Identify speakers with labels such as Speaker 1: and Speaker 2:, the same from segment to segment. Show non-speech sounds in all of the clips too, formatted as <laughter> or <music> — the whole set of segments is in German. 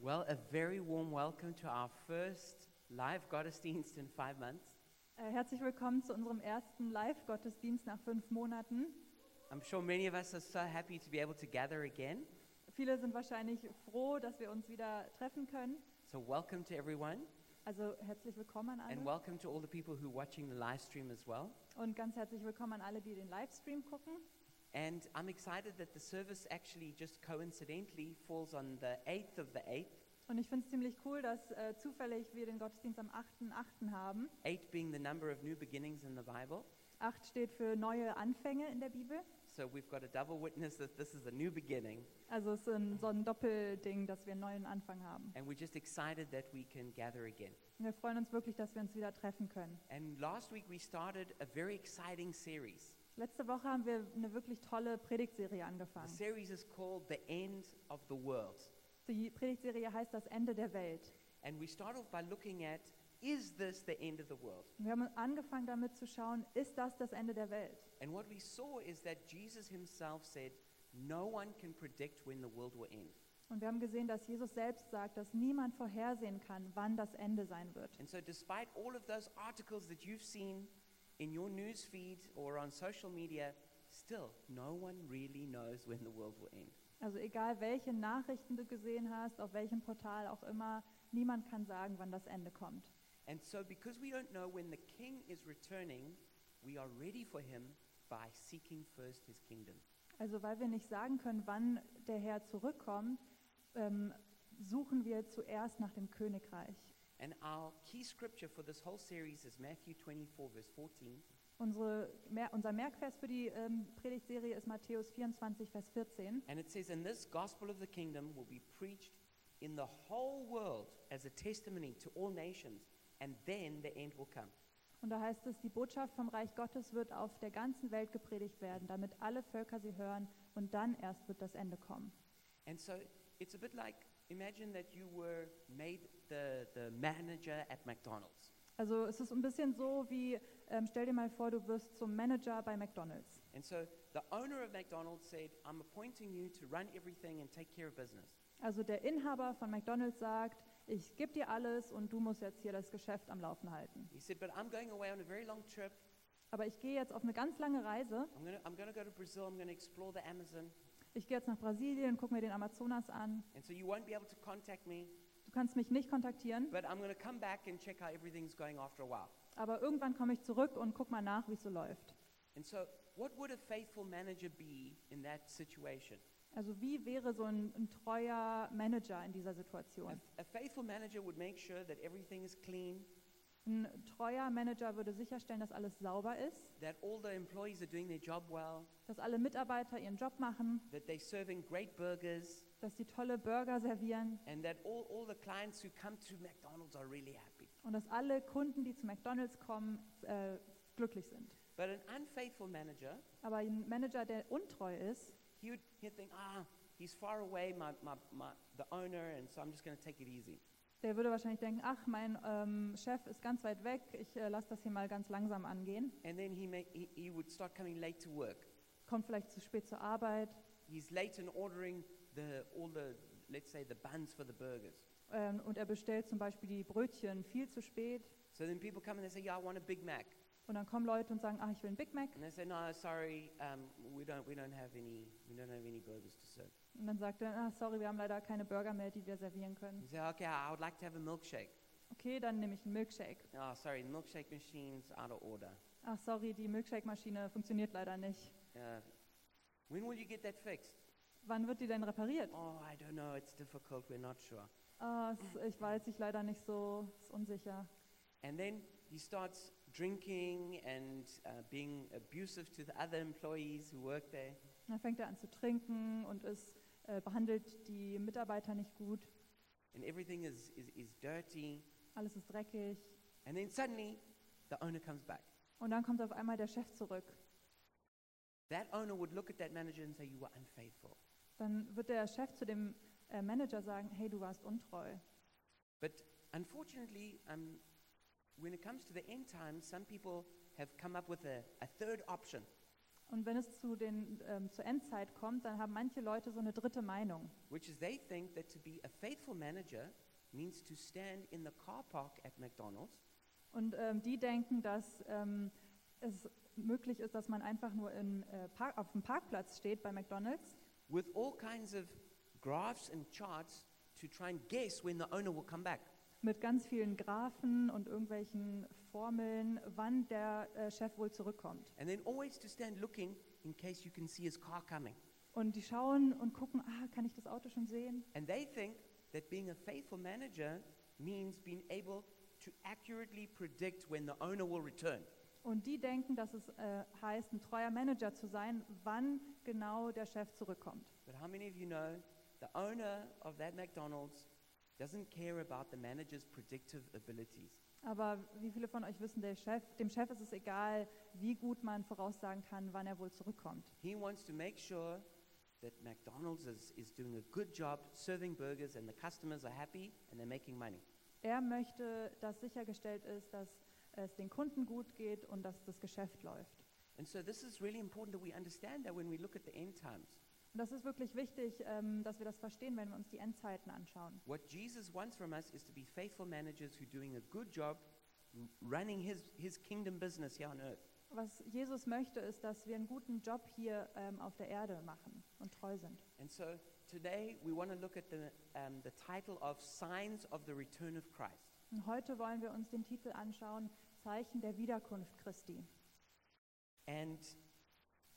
Speaker 1: Well, a very warm welcome to our first live Gottesdienst in five months.
Speaker 2: Äh, Herzlich willkommen zu unserem ersten Live-Gottesdienst nach fünf Monaten.
Speaker 1: I'm sure many of us are so happy to be able to gather again.
Speaker 2: Viele sind wahrscheinlich froh, dass wir uns wieder treffen können.
Speaker 1: So, welcome to everyone,
Speaker 2: Also herzlich willkommen an
Speaker 1: and
Speaker 2: alle
Speaker 1: welcome to all the people who are watching the live stream as well.
Speaker 2: und ganz herzlich willkommen an alle, die den Livestream gucken.
Speaker 1: And I'm excited that the service actually just coincidentally falls on the 8th of the 8th,
Speaker 2: Und ich finde es ziemlich cool, dass äh, zufällig wir den Gottesdienst am 8.8. haben.
Speaker 1: 8 being the number of new beginnings in the Bible.
Speaker 2: Acht steht für neue Anfänge in der Bibel.
Speaker 1: So, we've got a double witness that this is a new beginning,
Speaker 2: Also es ist ein, so ein Doppelding, dass wir einen neuen Anfang haben.
Speaker 1: and we're just excited that we can gather again.
Speaker 2: Und wir freuen uns wirklich, dass wir uns wieder treffen können.
Speaker 1: And last week we started a very exciting series.
Speaker 2: Letzte Woche haben wir eine wirklich tolle Predigtserie
Speaker 1: The
Speaker 2: angefangen.
Speaker 1: series is called The End of the World.
Speaker 2: Die Predigtserie heißt Das Ende der Welt.
Speaker 1: And we start off by looking at is this the end of the world?
Speaker 2: Und Wir haben angefangen damit zu schauen, ist das das Ende der Welt?
Speaker 1: And what we saw is that Jesus himself said, No one can predict when the world will end.
Speaker 2: Und wir haben gesehen, dass Jesus selbst sagt, dass niemand vorhersehen kann, wann das Ende sein wird.
Speaker 1: And so, despite all of those articles that you've seen in your news feed or on social media, still, no one really knows when the world will end.
Speaker 2: Also egal, welche Nachrichten du gesehen hast, auf welchem Portal auch immer, niemand kann sagen, wann das Ende kommt.
Speaker 1: And so, because we don't know when the king is returning, we are ready for him by seeking first his kingdom.
Speaker 2: Also weil wir nicht sagen können, wann der Herr zurückkommt, ähm, suchen wir zuerst nach dem Königreich.
Speaker 1: And our key scripture for this whole series is Matthew 24, verse 14.
Speaker 2: Unsere, Mer- unser Merkvers für die ähm, Predigtserie ist Matthäus 24, Vers 14.
Speaker 1: And it says, And this gospel of the kingdom will be preached in the whole world as a testimony to all nations, and then the end will come.
Speaker 2: Und da heißt es, die Botschaft vom Reich Gottes wird auf der ganzen Welt gepredigt werden, damit alle Völker sie hören und dann erst wird das Ende kommen.
Speaker 1: And so it's a bit like imagine that you were made the, the manager at McDonald's.
Speaker 2: Also es ist ein bisschen so wie, ähm, stell dir mal vor, du wirst zum Manager bei McDonald's.
Speaker 1: And so the owner of McDonald's said, I'm appointing you to run everything and take care of business.
Speaker 2: Also der Inhaber von McDonald's sagt, ich gebe dir alles und du musst jetzt hier das Geschäft am Laufen halten.
Speaker 1: He said, But I'm going away on a very long trip.
Speaker 2: Aber ich gehe jetzt auf eine ganz lange Reise.
Speaker 1: I'm going to I'm going to go to Brazil. I'm going to explore the Amazon.
Speaker 2: Ich gehe jetzt nach Brasilien, gucke mir den Amazonas an.
Speaker 1: And so you won't be able to contact me,
Speaker 2: Du kannst mich nicht kontaktieren,
Speaker 1: but I'm going to come back and check how everything's going after a while.
Speaker 2: aber irgendwann komme ich zurück und guck mal nach, wie es so läuft.
Speaker 1: And so, what would a faithful manager be in that situation?
Speaker 2: Also wie wäre so ein, ein treuer Manager in dieser
Speaker 1: A,
Speaker 2: Situation?
Speaker 1: a faithful manager would make sure that everything is clean,
Speaker 2: Ein treuer Manager würde sicherstellen, dass alles sauber ist,
Speaker 1: that all the employees are doing their job well,
Speaker 2: dass alle Mitarbeiter ihren Job machen,
Speaker 1: that they're serving great burgers,
Speaker 2: dass die tolle Burger servieren
Speaker 1: and that all, all the clients who come to McDonald's are really happy.
Speaker 2: und dass alle Kunden, die zu McDonald's kommen, äh, glücklich sind.
Speaker 1: But an unfaithful manager,
Speaker 2: Aber ein Manager, der untreu ist,
Speaker 1: he would he'd think, ah, he's far away, my, my, my, the owner, and so I'm just going to take it easy.
Speaker 2: der würde wahrscheinlich denken, ach, mein ähm, Chef ist ganz weit weg, ich äh, lasse das hier mal ganz langsam angehen,
Speaker 1: And then he, may, he, he would start coming late to work.
Speaker 2: kommt vielleicht zu spät zur Arbeit,
Speaker 1: He's late in ordering the, all the, let's say, the buns for the burgers.
Speaker 2: Ähm, und er bestellt zum Beispiel die Brötchen viel zu spät.
Speaker 1: So then people come and they say, "Yeah, I want a Big Mac,"
Speaker 2: Und dann kommen Leute und sagen, ach, ich will einen Big Mac.
Speaker 1: and they say, "No, sorry, um, we don't, we don't have any, we don't have any burgers to serve."
Speaker 2: Und dann sagt er, ah, sorry, wir haben leider keine Burger mehr, die wir servieren können.
Speaker 1: You say, "Okay, I would like to have a milkshake."
Speaker 2: Okay, dann nehme ich einen Milkshake.
Speaker 1: Oh, sorry, the milkshake machine's out of order.
Speaker 2: Ach, sorry, die Milkshake-Maschine funktioniert leider nicht.
Speaker 1: Uh, when will you get that fixed?
Speaker 2: Wann wird die denn repariert?
Speaker 1: Oh, I don't know. It's difficult. We're not sure.
Speaker 2: Ah, es- ich weiß, ich leider nicht so, ist unsicher.
Speaker 1: And then he starts drinking and uh, being abusive to the other employees who work there.
Speaker 2: Und Dann fängt er an zu trinken und ist, äh, behandelt die Mitarbeiter nicht gut.
Speaker 1: And everything is, is, is dirty.
Speaker 2: Alles ist dreckig.
Speaker 1: And then suddenly, the owner comes back.
Speaker 2: Und dann kommt auf einmal der Chef zurück.
Speaker 1: That owner would look at that manager and say, You were unfaithful.
Speaker 2: Dann wird der Chef zu dem äh, Manager sagen, hey, du warst untreu.
Speaker 1: But unfortunately, um, when it comes to the end times, some people have come up with a, a third option.
Speaker 2: Und wenn es zu den, ähm, zur Endzeit kommt, dann haben manche Leute so eine dritte Meinung.
Speaker 1: which is they think that to be a faithful manager means to stand in the car park at McDonald's
Speaker 2: Und ähm, die denken, dass ähm, es möglich ist, dass man einfach nur in, äh, Park, auf dem Parkplatz steht bei McDonald's
Speaker 1: with all kinds of graphs and charts to try and guess when the owner will come back.
Speaker 2: mit ganz vielen Graphen und irgendwelchen Formeln, wann der äh, Chef wohl zurückkommt.
Speaker 1: And then always to stand looking in case you can see his car coming.
Speaker 2: Und die schauen und gucken, ah, kann ich das Auto schon sehen?
Speaker 1: And they think that being a faithful manager means being able to accurately predict when the owner will return.
Speaker 2: Und die denken, dass es äh, heißt, ein treuer Manager zu sein, wann genau der Chef zurückkommt.
Speaker 1: But how many of you know the owner of that McDonald's doesn't care about the manager's predictive abilities?
Speaker 2: Aber wie viele von euch wissen, der Chef, dem Chef ist es egal, wie gut man voraussagen kann, wann er wohl zurückkommt.
Speaker 1: He wants to make sure that McDonald's is, is doing a good job serving burgers and the customers are happy and they're making money.
Speaker 2: Er möchte, dass sichergestellt ist, dass es den Kunden gut geht und dass das Geschäft läuft.
Speaker 1: And so this is really important that we understand that when we look at the end times.
Speaker 2: Und das ist wirklich wichtig, ähm, dass wir das verstehen, wenn wir uns die Endzeiten anschauen.
Speaker 1: What Jesus wants from us is to be faithful managers who are doing a good job r- running his, his kingdom business here on earth.
Speaker 2: Was Jesus möchte, ist, dass wir einen guten Job hier ähm, auf der Erde machen und treu sind.
Speaker 1: And so today we want to look at the, um, the title of Signs of the Return of Christ.
Speaker 2: Und heute wollen wir uns den Titel anschauen, Zeichen der Wiederkunft Christi.
Speaker 1: And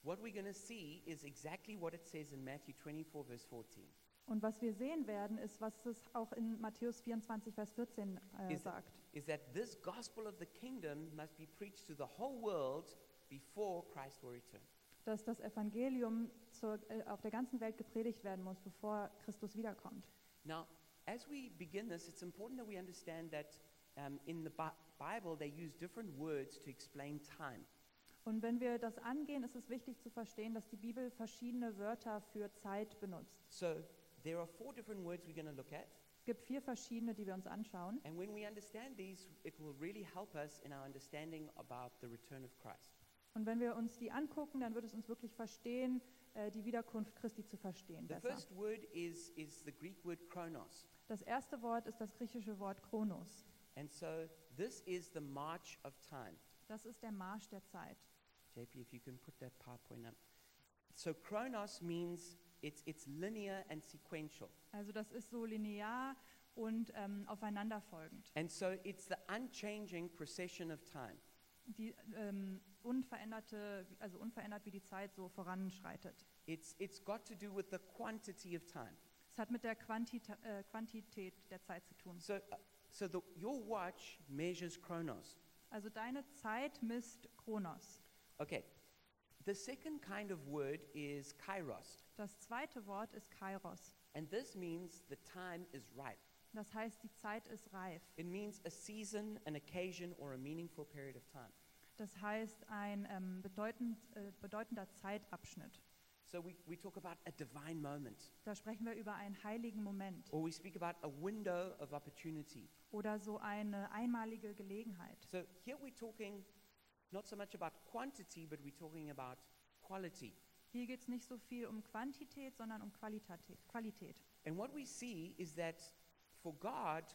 Speaker 1: what we're going to see is exactly what it says in Matthew 24, verse 14.
Speaker 2: Und was wir sehen werden, ist, was es auch in Matthäus 24, Vers 14 äh,
Speaker 1: Ist-
Speaker 2: sagt.
Speaker 1: is that this gospel of the kingdom must be preached to the whole world before Christ will return.
Speaker 2: dass das Evangelium zur, äh, auf der ganzen Welt gepredigt werden muss, bevor Christus wiederkommt.
Speaker 1: Now, as we begin this, it's important that we understand that um, in the Bi- Bible they use different words to explain time.
Speaker 2: Und wenn wir das angehen, ist es wichtig zu verstehen, dass die Bibel verschiedene Wörter für Zeit benutzt.
Speaker 1: So there are four different words we're going to look at,
Speaker 2: Es gibt vier verschiedene, die wir uns anschauen.
Speaker 1: and when we understand these, it will really help us in our understanding about the return of Christ.
Speaker 2: Und wenn wir uns die angucken, dann wird es uns wirklich verstehen, äh, die Wiederkunft Christi zu verstehen
Speaker 1: The
Speaker 2: besser.
Speaker 1: first word is, is the Greek word chronos,
Speaker 2: Das erste Wort ist das griechische Wort Chronos.
Speaker 1: and so this is the march of time.
Speaker 2: Das ist der Marsch der Zeit.
Speaker 1: JP, if you can put that PowerPoint up. So chronos means it's, it's linear and sequential.
Speaker 2: Also das ist so linear und ähm, aufeinanderfolgend.
Speaker 1: And so it's the unchanging procession of time.
Speaker 2: die ähm, unveränderte, also unverändert wie die Zeit so voranschreitet.
Speaker 1: It's, it's got to do with the quantity of time.
Speaker 2: Es hat mit der Quantita äh, Quantität der Zeit zu tun.
Speaker 1: So, uh, so the, your watch measures chronos.
Speaker 2: Also deine Zeit misst Chronos.
Speaker 1: Okay. The second kind of word is kairos.
Speaker 2: Das zweite Wort ist Kairos.
Speaker 1: And this means the time is ripe.
Speaker 2: Das heißt, die Zeit ist reif.
Speaker 1: It means a season, an occasion, or a meaningful period of time.
Speaker 2: Das heißt, ein ähm, bedeutend, äh, bedeutender Zeitabschnitt.
Speaker 1: So we, we talk about a divine moment,
Speaker 2: Da sprechen wir über einen heiligen Moment
Speaker 1: or we speak about a window of opportunity.
Speaker 2: oder so eine einmalige Gelegenheit.
Speaker 1: So here we're talking not so much about quantity, but we're talking about quality.
Speaker 2: Hier geht es nicht so viel um Quantität, sondern um Qualität. Qualität.
Speaker 1: And what we see is that for God,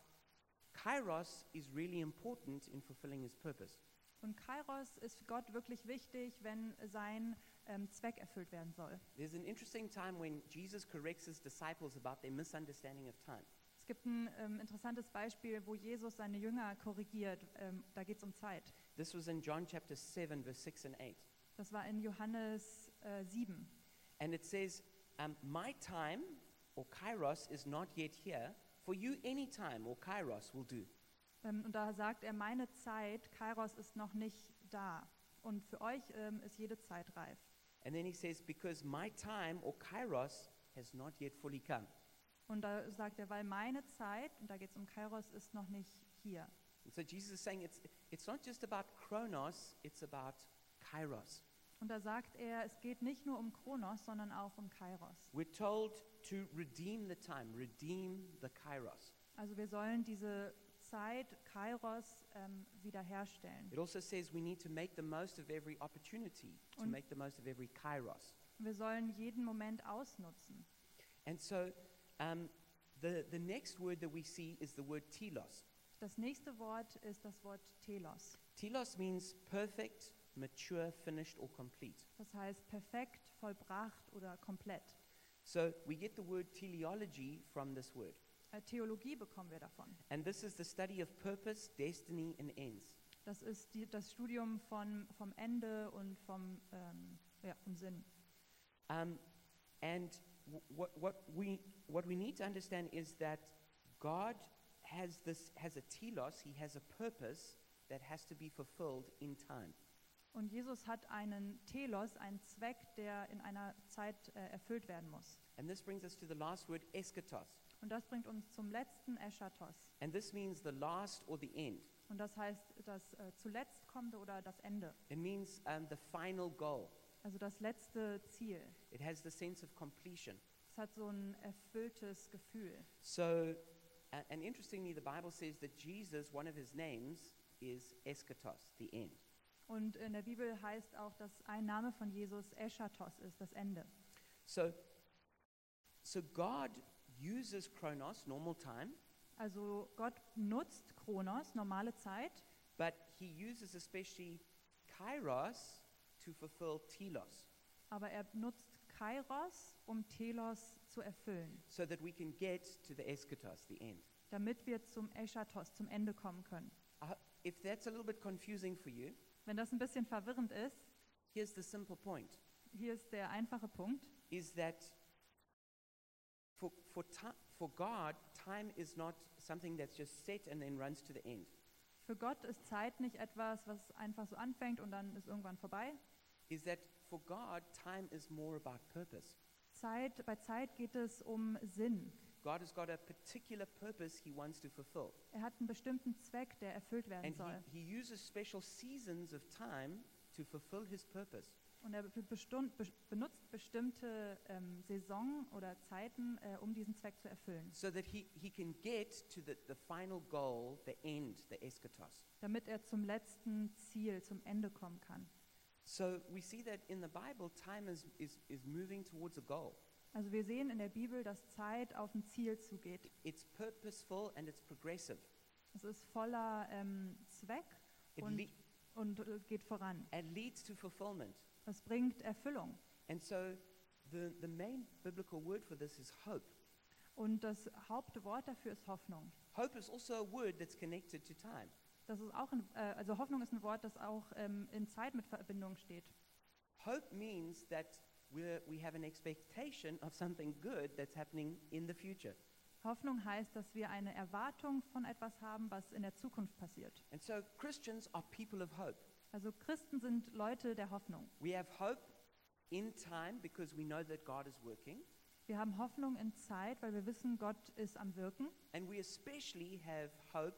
Speaker 1: kairos is really important in fulfilling his purpose.
Speaker 2: Und Kairos ist für Gott wirklich wichtig, wenn sein ähm, Zweck erfüllt werden soll.
Speaker 1: There's an interesting time when Jesus corrects his disciples about their misunderstanding of time.
Speaker 2: Es gibt ein ähm, interessantes Beispiel, wo Jesus seine Jünger korrigiert. Ähm, da geht es um Zeit.
Speaker 1: This was in John chapter 7, verse 6 and 8.
Speaker 2: Das war in Johannes äh, 7.
Speaker 1: And it says, um, My time or kairos is not yet here. For you, any time or kairos will do.
Speaker 2: Ähm, und da sagt er, meine Zeit, Kairos, ist noch nicht da. Und für euch ähm, ist jede Zeit reif.
Speaker 1: And then he says, Because my time or kairos has not yet fully come.
Speaker 2: Und da sagt er, weil meine Zeit, und da geht es um Kairos, ist noch nicht hier.
Speaker 1: And so Jesus is saying it's, it's not just about chronos, it's about kairos.
Speaker 2: Und da sagt er, es geht nicht nur um Kronos, sondern auch um Kairos.
Speaker 1: We're told to redeem the time, redeem the kairos.
Speaker 2: Also wir sollen diese Zeit, Kairos, ähm, wiederherstellen.
Speaker 1: It also says we need to make the most of every opportunity, to
Speaker 2: Und-
Speaker 1: make the most of every kairos.
Speaker 2: Wir sollen jeden Moment ausnutzen.
Speaker 1: And so um, the, the next word that we see is the word telos.
Speaker 2: Das nächste Wort ist das Wort Telos.
Speaker 1: Telos means perfect, mature, finished, or complete.
Speaker 2: Das heißt perfekt, vollbracht oder komplett.
Speaker 1: So we get the word teleology from this word.
Speaker 2: Äh, Theologie bekommen wir davon.
Speaker 1: And this is the study of purpose, destiny, and ends.
Speaker 2: Das ist die, das Studium von, vom Ende und vom, ähm, ja, vom Sinn.
Speaker 1: Um, and w- what, what, we, what we need to understand is that God has, this, has a telos, He has a purpose that has to be fulfilled in time.
Speaker 2: Und Jesus hat einen Telos, einen Zweck, der in einer Zeit äh, erfüllt werden muss.
Speaker 1: And this brings us to the last word, eschatos.
Speaker 2: Und das bringt uns zum letzten Eschatos.
Speaker 1: And this means the last or the end.
Speaker 2: Und das heißt das äh, zuletzt kommende oder das Ende.
Speaker 1: It means um, the final goal.
Speaker 2: Also das letzte Ziel.
Speaker 1: It has the sense of completion.
Speaker 2: Es hat so ein erfülltes Gefühl.
Speaker 1: So, uh, and interestingly, the Bible says that Jesus, one of his names, is eschatos, the end.
Speaker 2: Und in der Bibel heißt auch, dass ein Name von Jesus Eschatos ist, das Ende.
Speaker 1: So, so God uses chronos, normal time,
Speaker 2: Also Gott nutzt Kronos, normale Zeit,
Speaker 1: but he uses especially kairos to fulfill telos
Speaker 2: aber er nutzt Kairos, um Telos zu erfüllen,
Speaker 1: so that we can get to the eschatos, the end.
Speaker 2: damit wir zum Eschatos, zum Ende kommen können.
Speaker 1: I ho- Uh, if that's a little bit confusing for you,
Speaker 2: Wenn das ein bisschen verwirrend ist,
Speaker 1: here's the simple point
Speaker 2: hier ist der einfache Punkt.
Speaker 1: is that for, for, ti- for God, time is not something that's just set and then runs to the end.
Speaker 2: Für Gott ist Zeit nicht etwas, was einfach so anfängt und dann ist irgendwann vorbei.
Speaker 1: Is that for God, time is more about purpose.
Speaker 2: Zeit, bei Zeit geht es um Sinn.
Speaker 1: God has got a particular purpose he wants to fulfill.
Speaker 2: Er hat einen bestimmten Zweck, der erfüllt werden
Speaker 1: And
Speaker 2: soll.
Speaker 1: he, he uses special seasons of time to fulfill his purpose.
Speaker 2: Und er be- bestund- be- benutzt bestimmte ähm, Saison oder Zeiten, äh, um diesen Zweck zu erfüllen,
Speaker 1: so that he, he can get to the, the final goal, the end, the eschatos.
Speaker 2: damit er zum letzten Ziel, zum Ende kommen kann.
Speaker 1: So we see that in the Bible, time is, is, is moving towards a goal.
Speaker 2: Also wir sehen in der Bibel, dass Zeit auf ein Ziel zugeht.
Speaker 1: It's purposeful and it's progressive.
Speaker 2: Es ist voller ähm, Zweck
Speaker 1: It,
Speaker 2: und,
Speaker 1: le-
Speaker 2: und äh, geht voran.
Speaker 1: it leads to fulfillment.
Speaker 2: Es bringt Erfüllung.
Speaker 1: And so the, the main biblical word for this is hope.
Speaker 2: Und das Hauptwort dafür ist Hoffnung.
Speaker 1: Hope is also a word that's connected to time.
Speaker 2: Das ist auch ein, äh, also Hoffnung ist ein Wort, das auch ähm, in Zeit mit Verbindung steht.
Speaker 1: Hope means that we're, we have an expectation of something good that's happening in the future.
Speaker 2: Hoffnung heißt, dass wir eine Erwartung von etwas haben, was in der Zukunft passiert.
Speaker 1: And so Christians are people of hope.
Speaker 2: Also Christen sind Leute der Hoffnung.
Speaker 1: We have hope in time because we know that God is working,
Speaker 2: Wir haben Hoffnung in Zeit, weil wir wissen, Gott ist am Wirken.
Speaker 1: and we especially have hope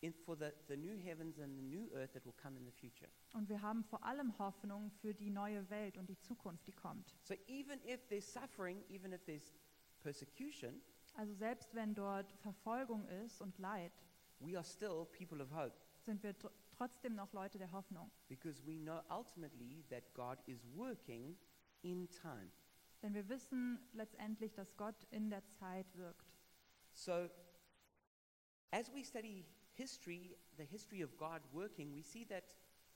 Speaker 1: in, for the, the new heavens and the new earth that will come in the future.
Speaker 2: Und wir haben vor allem Hoffnung für die neue Welt und die Zukunft, die kommt.
Speaker 1: So even if there's suffering, even if there's persecution,
Speaker 2: Also selbst wenn dort Verfolgung ist und Leid,
Speaker 1: we are still people of hope
Speaker 2: sind wir tr trotzdem noch Leute der Hoffnung.
Speaker 1: because we know ultimately that God is working in time.
Speaker 2: Denn wir wissen letztendlich, dass Gott in der Zeit wirkt.
Speaker 1: So as we study history, the history of God working, we see that,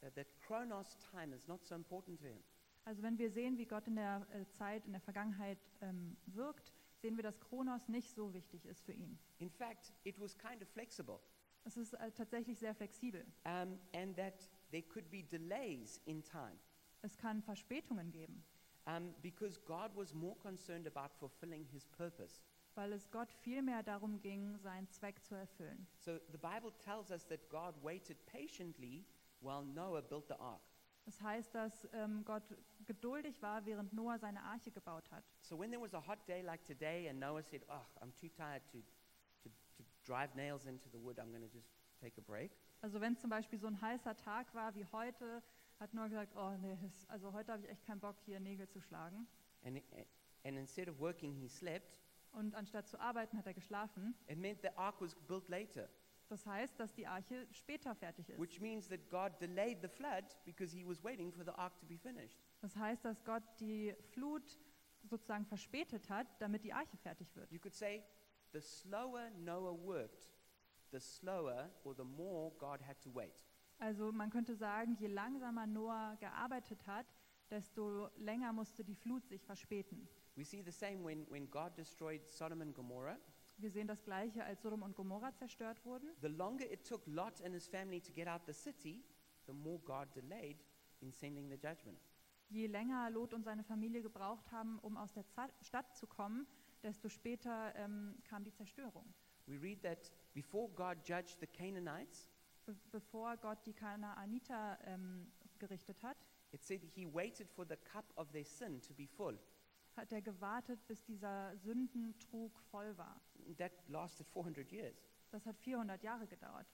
Speaker 1: uh, that chronos time is not so important to him.
Speaker 2: Also wenn wir sehen, wie Gott in der äh, Zeit, in der Vergangenheit ähm, wirkt, sehen wir, dass Kronos nicht so wichtig ist für ihn.
Speaker 1: In fact, it was kind of flexible,
Speaker 2: Es ist äh, tatsächlich sehr flexibel.
Speaker 1: um, and that there could be delays in time
Speaker 2: Es kann Verspätungen geben,
Speaker 1: um, because God was more concerned about fulfilling his purpose.
Speaker 2: weil es Gott vielmehr darum ging, seinen Zweck zu erfüllen.
Speaker 1: So the Bible tells us that God waited patiently while Noah built the ark.
Speaker 2: Das heißt, dass ähm, Gott geduldig war, während Noah seine Arche gebaut hat.
Speaker 1: So when there was a hot day like today, and Noah said, Oh, I'm too tired to, to, to drive nails into the wood, I'm going to just take a break.
Speaker 2: Also wenn es zum Beispiel so ein heißer Tag war wie heute, hat Noah gesagt, oh nee, das- also heute habe ich echt keinen Bock, hier Nägel zu schlagen.
Speaker 1: And, and instead of working, he slept.
Speaker 2: Und anstatt zu arbeiten, hat er geschlafen.
Speaker 1: It meant the ark was built later.
Speaker 2: Das heißt, dass die Arche später fertig ist.
Speaker 1: which means that God delayed the flood because he was waiting for the ark to be finished.
Speaker 2: Das heißt, dass Gott die Flut sozusagen verspätet hat, damit die Arche fertig wird.
Speaker 1: You could say the slower Noah worked, the slower or the more God had to wait.
Speaker 2: Also man könnte sagen, je langsamer Noah gearbeitet hat, desto länger musste die Flut sich verspäten.
Speaker 1: We see the same when, when God destroyed Sodom and Gomorrah.
Speaker 2: Wir sehen das gleiche, als Sodom und Gomorra zerstört wurden.
Speaker 1: The longer it took Lot and his family to get out the city, the more God delayed in sending the judgment.
Speaker 2: Je länger Lot und seine Familie gebraucht haben, um aus der Za- Stadt zu kommen, desto später ähm, kam die Zerstörung.
Speaker 1: We read that before God judged the Canaanites,
Speaker 2: Be bevor Gott die Kanaaniter ähm, gerichtet hat,
Speaker 1: it said he waited for the cup of their sin to be full.
Speaker 2: hat er gewartet, bis dieser Sündentrug voll war.
Speaker 1: That lasted 400 years.
Speaker 2: Das hat 400 Jahre gedauert.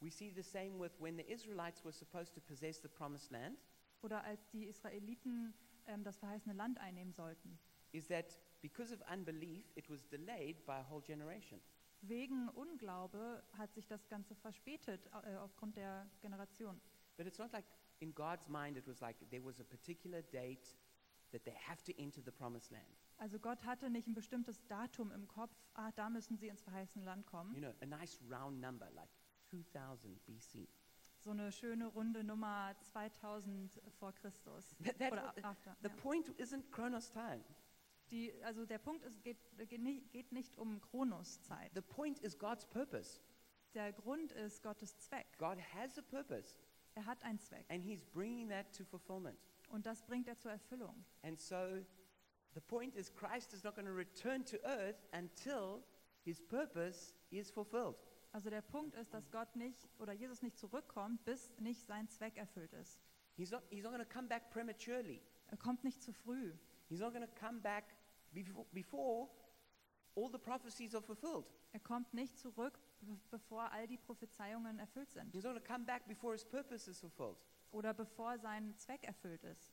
Speaker 1: We see the same with when the Israelites were supposed to possess the promised land,
Speaker 2: Oder als die Israeliten ähm, das verheißene Land einnehmen sollten.
Speaker 1: is that because of unbelief, it was delayed by a whole generation.
Speaker 2: Wegen Unglaube hat sich das Ganze verspätet au- äh, aufgrund der Generation.
Speaker 1: But it's not like in God's mind, it was like there was a particular date that they have to enter the promised land.
Speaker 2: Also Gott hatte nicht ein bestimmtes Datum im Kopf, ah, da müssen sie ins verheißene Land kommen.
Speaker 1: You know, a nice round number like 2000 BC.
Speaker 2: So eine schöne runde Nummer 2000 vor Christus.
Speaker 1: That- that
Speaker 2: Oder
Speaker 1: wa-
Speaker 2: after,
Speaker 1: The
Speaker 2: ja.
Speaker 1: point isn't Kronos time.
Speaker 2: die, also der Punkt ist, geht, geht, nicht, geht nicht um Kronos-Zeit.
Speaker 1: The point is God's purpose.
Speaker 2: Der Grund ist Gottes Zweck.
Speaker 1: God has a purpose,
Speaker 2: Er hat einen Zweck
Speaker 1: and He's bringing that to fulfillment.
Speaker 2: und das bringt er zur Erfüllung.
Speaker 1: And so the point is Christ is not going to return to earth until his purpose is fulfilled.
Speaker 2: Also der Punkt ist, dass Gott nicht oder Jesus nicht zurückkommt, bis nicht sein Zweck erfüllt ist.
Speaker 1: He's not, he's not going to come back prematurely.
Speaker 2: Er kommt nicht zu früh.
Speaker 1: He's not going to come back before, before all the prophecies are fulfilled.
Speaker 2: Er kommt nicht zurück, be- bevor all die Prophezeiungen erfüllt sind
Speaker 1: He's not going to come back before his purpose is fulfilled,
Speaker 2: oder bevor sein Zweck erfüllt ist,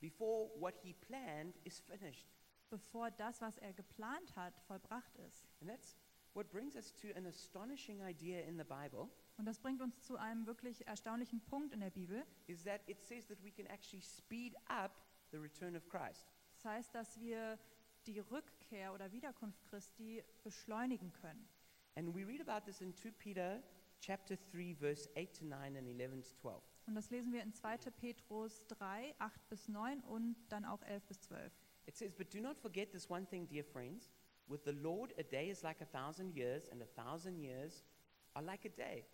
Speaker 1: before what he planned is finished.
Speaker 2: bevor das, was er geplant hat, vollbracht ist.
Speaker 1: And that's what brings us to an astonishing idea in the Bible
Speaker 2: Und das bringt uns zu einem wirklich erstaunlichen Punkt in der Bibel.
Speaker 1: is that it says that we can actually speed up the return of Christ.
Speaker 2: Das heißt, dass wir die Rückkehr oder Wiederkunft Christi beschleunigen können.
Speaker 1: And we read about this in 2 Peter chapter 3 verse 8 to 9 and 11 to 12.
Speaker 2: Und das lesen wir in 2. Petrus 3, 8 bis 9 und dann auch 11 bis 12.
Speaker 1: It says, "But do not forget this one thing, dear friends, with the Lord a day is like a thousand years and a thousand years are like a day.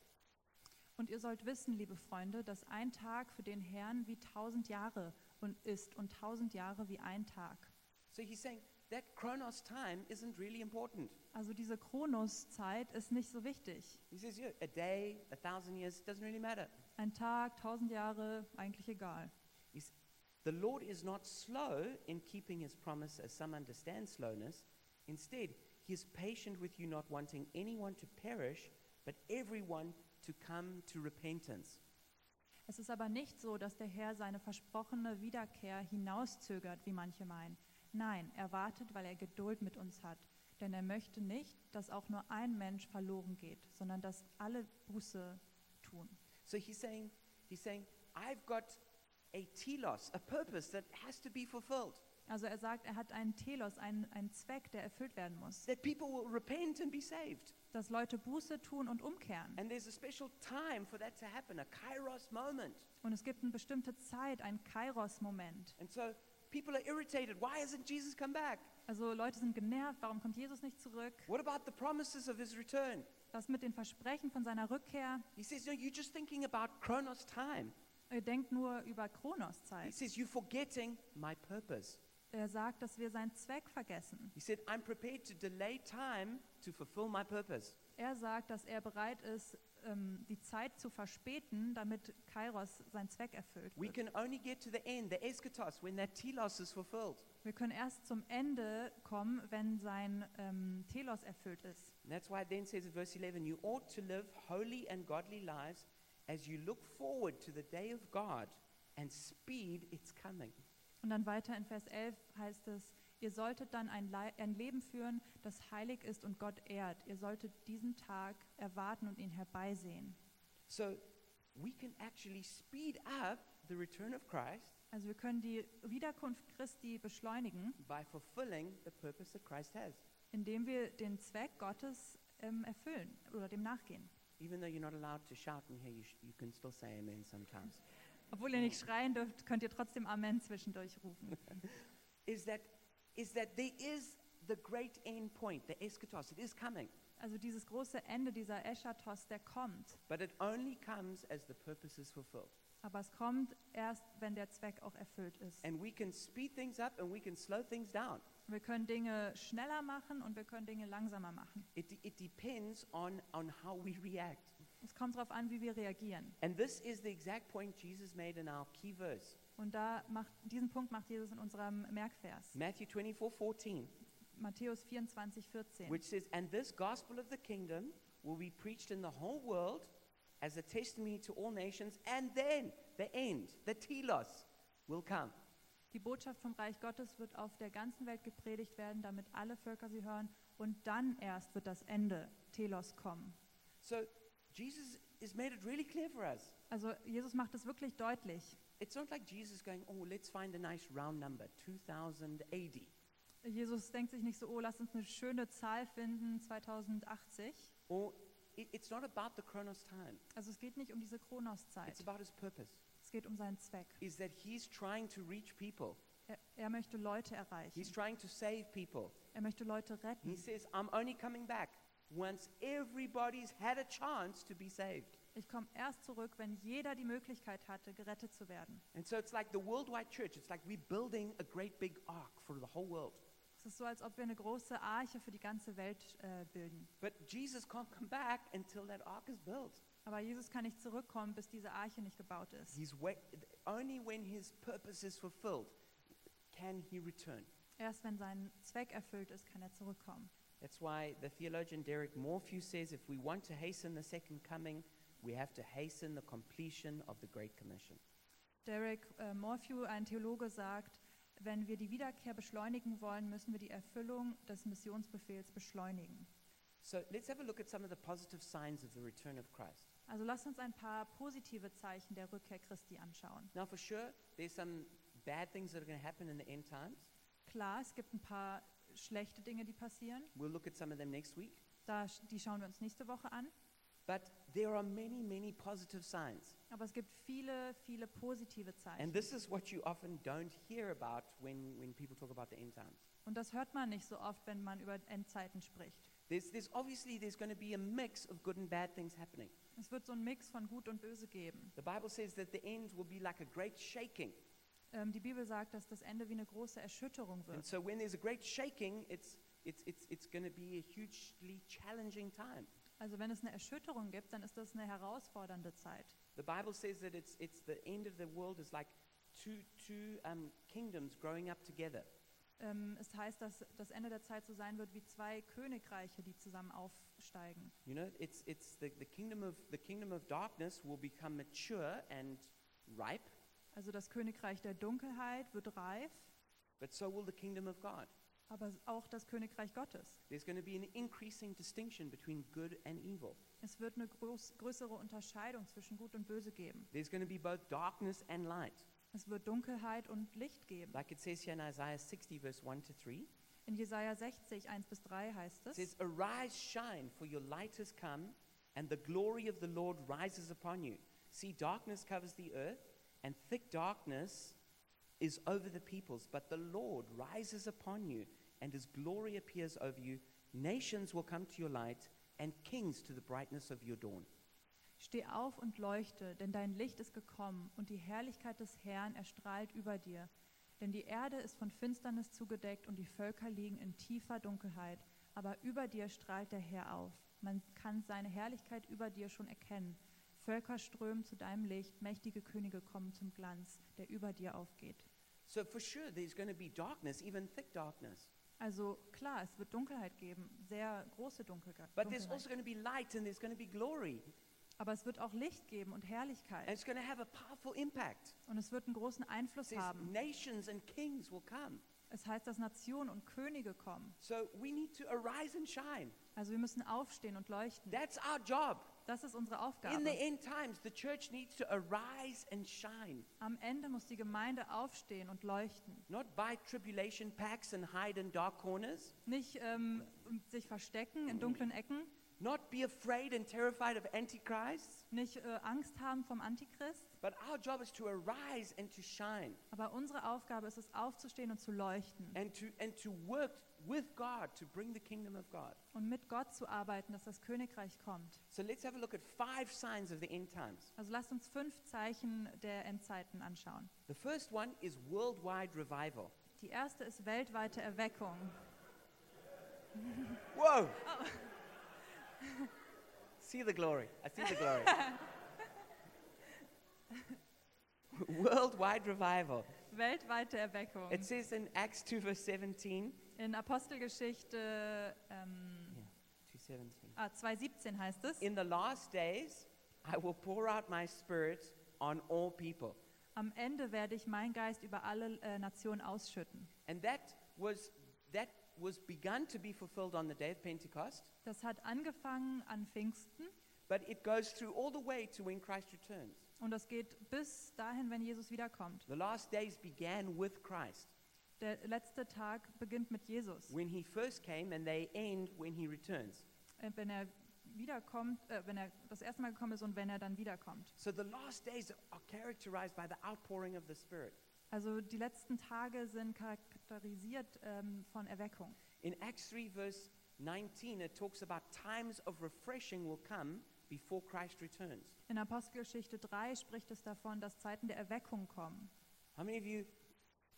Speaker 2: Und ihr sollt wissen, liebe Freunde, dass ein Tag für den Herrn wie tausend Jahre und ist und tausend Jahre wie ein Tag.
Speaker 1: So he's saying that chronos time isn't really important.
Speaker 2: Also diese Kronos-Zeit ist nicht so wichtig.
Speaker 1: He says, yeah, a day, a thousand years, it doesn't really matter.
Speaker 2: Ein Tag, tausend Jahre, eigentlich egal.
Speaker 1: He's, the Lord is not slow in keeping his promise, as some understand slowness. Instead, he is patient with you, not wanting anyone to perish, but everyone to come to repentance.
Speaker 2: Es ist aber nicht so, dass der Herr seine versprochene Wiederkehr hinauszögert, wie manche meinen. Nein, er wartet, weil er Geduld mit uns hat. Denn er möchte nicht, dass auch nur ein Mensch verloren geht, sondern dass alle Buße tun.
Speaker 1: So he's saying, he's saying, I've got a telos, a purpose that has to be fulfilled,
Speaker 2: Also er sagt, er hat einen Telos, einen, einen Zweck, der erfüllt werden muss.
Speaker 1: that people will repent and be saved.
Speaker 2: Dass Leute Buße tun und umkehren.
Speaker 1: And there's a special time for that to happen, a kairos moment.
Speaker 2: Und es gibt eine bestimmte Zeit, einen Kairos-Moment.
Speaker 1: And so people are irritated. Why hasn't Jesus come back?
Speaker 2: Also Leute sind genervt, warum kommt Jesus nicht zurück?
Speaker 1: What about the promises of his return?
Speaker 2: Was mit den Versprechen von seiner Rückkehr?
Speaker 1: He says, No, you're just thinking about Kronos time.
Speaker 2: Er denkt nur über Kronos
Speaker 1: He
Speaker 2: Zeit.
Speaker 1: says, You're forgetting my purpose.
Speaker 2: Er sagt, dass wir seinen Zweck vergessen.
Speaker 1: He said, I'm prepared to delay time to fulfill my purpose.
Speaker 2: Er sagt, dass er bereit ist, ähm, die Zeit zu verspäten, damit Kairos seinen Zweck erfüllt.
Speaker 1: We
Speaker 2: Wird.
Speaker 1: can only get to the end, the eschatos, when that telos is fulfilled.
Speaker 2: Wir können erst zum Ende kommen, wenn sein ähm, Telos erfüllt ist.
Speaker 1: And that's why it then says in verse 11, You ought to live holy and godly lives as you look forward to the day of God and speed its coming.
Speaker 2: Und dann weiter in Vers 11 heißt es, Ihr solltet dann ein, Lei- ein Leben führen, das heilig ist und Gott ehrt. Ihr solltet diesen Tag erwarten und ihn herbeisehen.
Speaker 1: So we can actually speed up the return of Christ
Speaker 2: Also wir können die Wiederkunft Christi beschleunigen,
Speaker 1: by fulfilling the purpose that Christ has,
Speaker 2: indem wir den Zweck Gottes ähm, erfüllen oder dem nachgehen.
Speaker 1: even though you're not allowed to shout in here. You, sh- you can still say Amen sometimes.
Speaker 2: Obwohl ihr nicht schreien dürft, könnt ihr trotzdem Amen zwischendurch rufen.
Speaker 1: is that is that there is the great end point, the eschatos. It is coming,
Speaker 2: Also dieses große Ende dieser Eschatos, der kommt.
Speaker 1: but it only comes as the purpose is fulfilled.
Speaker 2: Aber es kommt erst, wenn der Zweck auch erfüllt ist.
Speaker 1: And we can speed things up and we can slow things down.
Speaker 2: Wir können Dinge schneller machen und wir können Dinge langsamer machen.
Speaker 1: It, de- it depends on, on how we react.
Speaker 2: Es kommt darauf an, wie wir reagieren.
Speaker 1: And this is the exact point Jesus made in our key verse.
Speaker 2: Und da macht, diesen Punkt macht Jesus in unserem Merkvers,
Speaker 1: Matthew 24, 14,
Speaker 2: Matthäus 24, 14.
Speaker 1: which says, And this gospel of the kingdom will be preached in the whole world as a testimony to all nations, and then the end, the telos, will come.
Speaker 2: Die Botschaft vom Reich Gottes wird auf der ganzen Welt gepredigt werden, damit alle Völker sie hören. Und dann erst wird das Ende, Telos, kommen.
Speaker 1: So Jesus has made it really clear for us.
Speaker 2: Also Jesus macht es wirklich deutlich.
Speaker 1: It's not like Jesus going, oh, let's find a nice round number, 2000 AD.
Speaker 2: Jesus denkt sich nicht so, oh, lass uns eine schöne Zahl finden, 2080.
Speaker 1: Or it, it's not about the Chronos time.
Speaker 2: Also es geht nicht um diese Kronoszeit,
Speaker 1: It's about his purpose.
Speaker 2: es geht um seinen Zweck.
Speaker 1: Is that he's trying to reach people.
Speaker 2: Er, er möchte Leute erreichen,
Speaker 1: He's trying to save people.
Speaker 2: er möchte Leute
Speaker 1: He
Speaker 2: retten.
Speaker 1: says, I'm only coming back once everybody's had a chance to be saved.
Speaker 2: Ich komme erst zurück, wenn jeder die Möglichkeit hatte, gerettet zu werden.
Speaker 1: And so it's like the worldwide church. It's like we're building a great big ark for the whole world.
Speaker 2: Es ist so, als ob wir eine große Arche für die ganze Welt äh, bilden.
Speaker 1: But Jesus can't come back until that ark is built.
Speaker 2: Aber Jesus kann nicht zurückkommen, bis diese Arche nicht gebaut ist.
Speaker 1: He's wait, only when his purpose is fulfilled can he return.
Speaker 2: Erst wenn sein Zweck erfüllt ist, kann er zurückkommen.
Speaker 1: That's why the theologian Derek Morphew says if we want to hasten the second coming, we have to hasten the completion of the Great Commission.
Speaker 2: Derek äh, Morphew, ein Theologe, sagt, wenn wir die Wiederkehr beschleunigen wollen, müssen wir die Erfüllung des Missionsbefehls beschleunigen.
Speaker 1: So let's have a look at some of the positive signs of the return of Christ.
Speaker 2: Also lasst uns ein paar positive Zeichen der Rückkehr Christi anschauen.
Speaker 1: Now, for sure, there's some bad things that are going to happen in the end times.
Speaker 2: Klar, es gibt ein paar schlechte Dinge, die passieren.
Speaker 1: We'll look at some of them next week.
Speaker 2: Da, sch- die schauen wir uns nächste Woche an.
Speaker 1: But there are many, many positive signs.
Speaker 2: Aber es gibt viele, viele positive
Speaker 1: And
Speaker 2: Zeichen.
Speaker 1: this is what you often don't hear about when, when people talk about the end times.
Speaker 2: Und das hört man nicht so oft, wenn man über Endzeiten spricht.
Speaker 1: There's, there's obviously there's going to be a mix of good and bad things happening.
Speaker 2: Es wird so ein Mix von Gut und Böse geben.
Speaker 1: The Bible says that the end will be like a great shaking.
Speaker 2: Ähm, die Bibel sagt, dass das Ende wie eine große Erschütterung
Speaker 1: And
Speaker 2: wird.
Speaker 1: so when there's a great shaking, it's, it's, it's, it's going to be a hugely challenging time.
Speaker 2: Also wenn es eine Erschütterung gibt, dann ist das eine herausfordernde Zeit.
Speaker 1: The Bible says that it's, it's the end of the world is like two, two um, kingdoms growing up together.
Speaker 2: Ähm, es heißt, dass das Ende der Zeit so sein wird wie zwei Königreiche, die zusammen aufsteigen.
Speaker 1: You know, it's, it's the, the, kingdom of, the kingdom of darkness will become mature and ripe,
Speaker 2: Also das Königreich der Dunkelheit wird reif,
Speaker 1: but so will the kingdom of God.
Speaker 2: aber s- auch das Königreich Gottes.
Speaker 1: There's going to be an increasing distinction between good and evil.
Speaker 2: Es wird eine groß, größere Unterscheidung zwischen Gut und Böse geben.
Speaker 1: There's going to be both darkness and light.
Speaker 2: Es wird Dunkelheit und Licht geben.
Speaker 1: Like it says here in Isaiah 60, verse 1 to 3.
Speaker 2: In Jesaja 60, 1 bis 3 heißt
Speaker 1: It
Speaker 2: es.
Speaker 1: says, Arise, shine, for your light has come, and the glory of the Lord rises upon you. See, darkness covers the earth, and thick darkness is over the peoples, but the Lord rises upon you, and his glory appears over you. Nations will come to your light, and kings to the brightness of your dawn.
Speaker 2: Steh auf und leuchte, denn dein Licht ist gekommen und die Herrlichkeit des Herrn erstrahlt über dir. Denn die Erde ist von Finsternis zugedeckt und die Völker liegen in tiefer Dunkelheit, aber über dir strahlt der Herr auf. Man kann seine Herrlichkeit über dir schon erkennen. Völker strömen zu deinem Licht, mächtige Könige kommen zum Glanz, der über dir aufgeht.
Speaker 1: So, for sure, there's going to be darkness, even thick darkness.
Speaker 2: Also klar, es wird Dunkelheit geben, sehr große Dunkelheit.
Speaker 1: But there's
Speaker 2: Dunkelheit.
Speaker 1: also going to be light, and there's going to be glory,
Speaker 2: Aber es wird auch Licht geben und
Speaker 1: and
Speaker 2: Herrlichkeit.
Speaker 1: it's going to have a powerful impact.
Speaker 2: Und es wird einen großen
Speaker 1: It
Speaker 2: Einfluss
Speaker 1: says,
Speaker 2: haben.
Speaker 1: Nations and kings will come.
Speaker 2: Es heißt, dass Nationen und Könige kommen.
Speaker 1: So we need to arise and shine.
Speaker 2: Also wir müssen aufstehen und leuchten.
Speaker 1: That's our job.
Speaker 2: Das ist unsere
Speaker 1: In E- the
Speaker 2: Aufgabe.
Speaker 1: end times, the church needs to arise and shine,
Speaker 2: Am Ende muss die Gemeinde aufstehen und leuchten.
Speaker 1: not buy tribulation packs and hide in dark corners,
Speaker 2: Nicht ähm, sich verstecken in dunklen Ecken,
Speaker 1: not be afraid and terrified of antichrists,
Speaker 2: nicht äh, Angst haben vom Antichrist.
Speaker 1: but our job is to arise and to shine
Speaker 2: Aber unsere Aufgabe ist es, aufzustehen und zu leuchten
Speaker 1: and to and to work with God to bring the kingdom of God.
Speaker 2: und mit Gott zu arbeiten, dass das Königreich kommt.
Speaker 1: So let's have a look at five signs of the end times.
Speaker 2: Also lasst uns fünf Zeichen der Endzeiten anschauen.
Speaker 1: The first one is worldwide revival.
Speaker 2: Die erste ist weltweite Erweckung.
Speaker 1: <laughs> Whoa! see the glory. I see the glory. <laughs> Worldwide revival.
Speaker 2: Weltweite Erweckung.
Speaker 1: It says in Acts 2, verse 17.
Speaker 2: In Apostelgeschichte
Speaker 1: Yeah,
Speaker 2: ähm,
Speaker 1: 2:17.
Speaker 2: ah, 2.17 heißt es,
Speaker 1: In the last days, I will pour out my spirit on all people.
Speaker 2: am Ende werde ich meinen Geist über alle äh, Nationen ausschütten.
Speaker 1: And that was, that was begun to be fulfilled on the day of Pentecost,
Speaker 2: Das hat angefangen an Pfingsten
Speaker 1: but it goes through all the way to when Christ returns.
Speaker 2: und das geht bis dahin, wenn Jesus wiederkommt.
Speaker 1: The last days began with Christ.
Speaker 2: Der letzte Tag beginnt mit Jesus.
Speaker 1: when he first came and they end when he returns.
Speaker 2: Äh, Wenn er wiederkommt, äh, wenn er das erste Mal gekommen ist und wenn er dann wiederkommt.
Speaker 1: So the last days are characterized by the outpouring of the Spirit.
Speaker 2: Also die letzten Tage sind charakterisiert ähm, von Erweckung.
Speaker 1: In Acts 3, verse 19, it talks about times of refreshing will come before Christ returns.
Speaker 2: In Apostelgeschichte 3 spricht es davon, dass Zeiten der Erweckung kommen.
Speaker 1: How many of you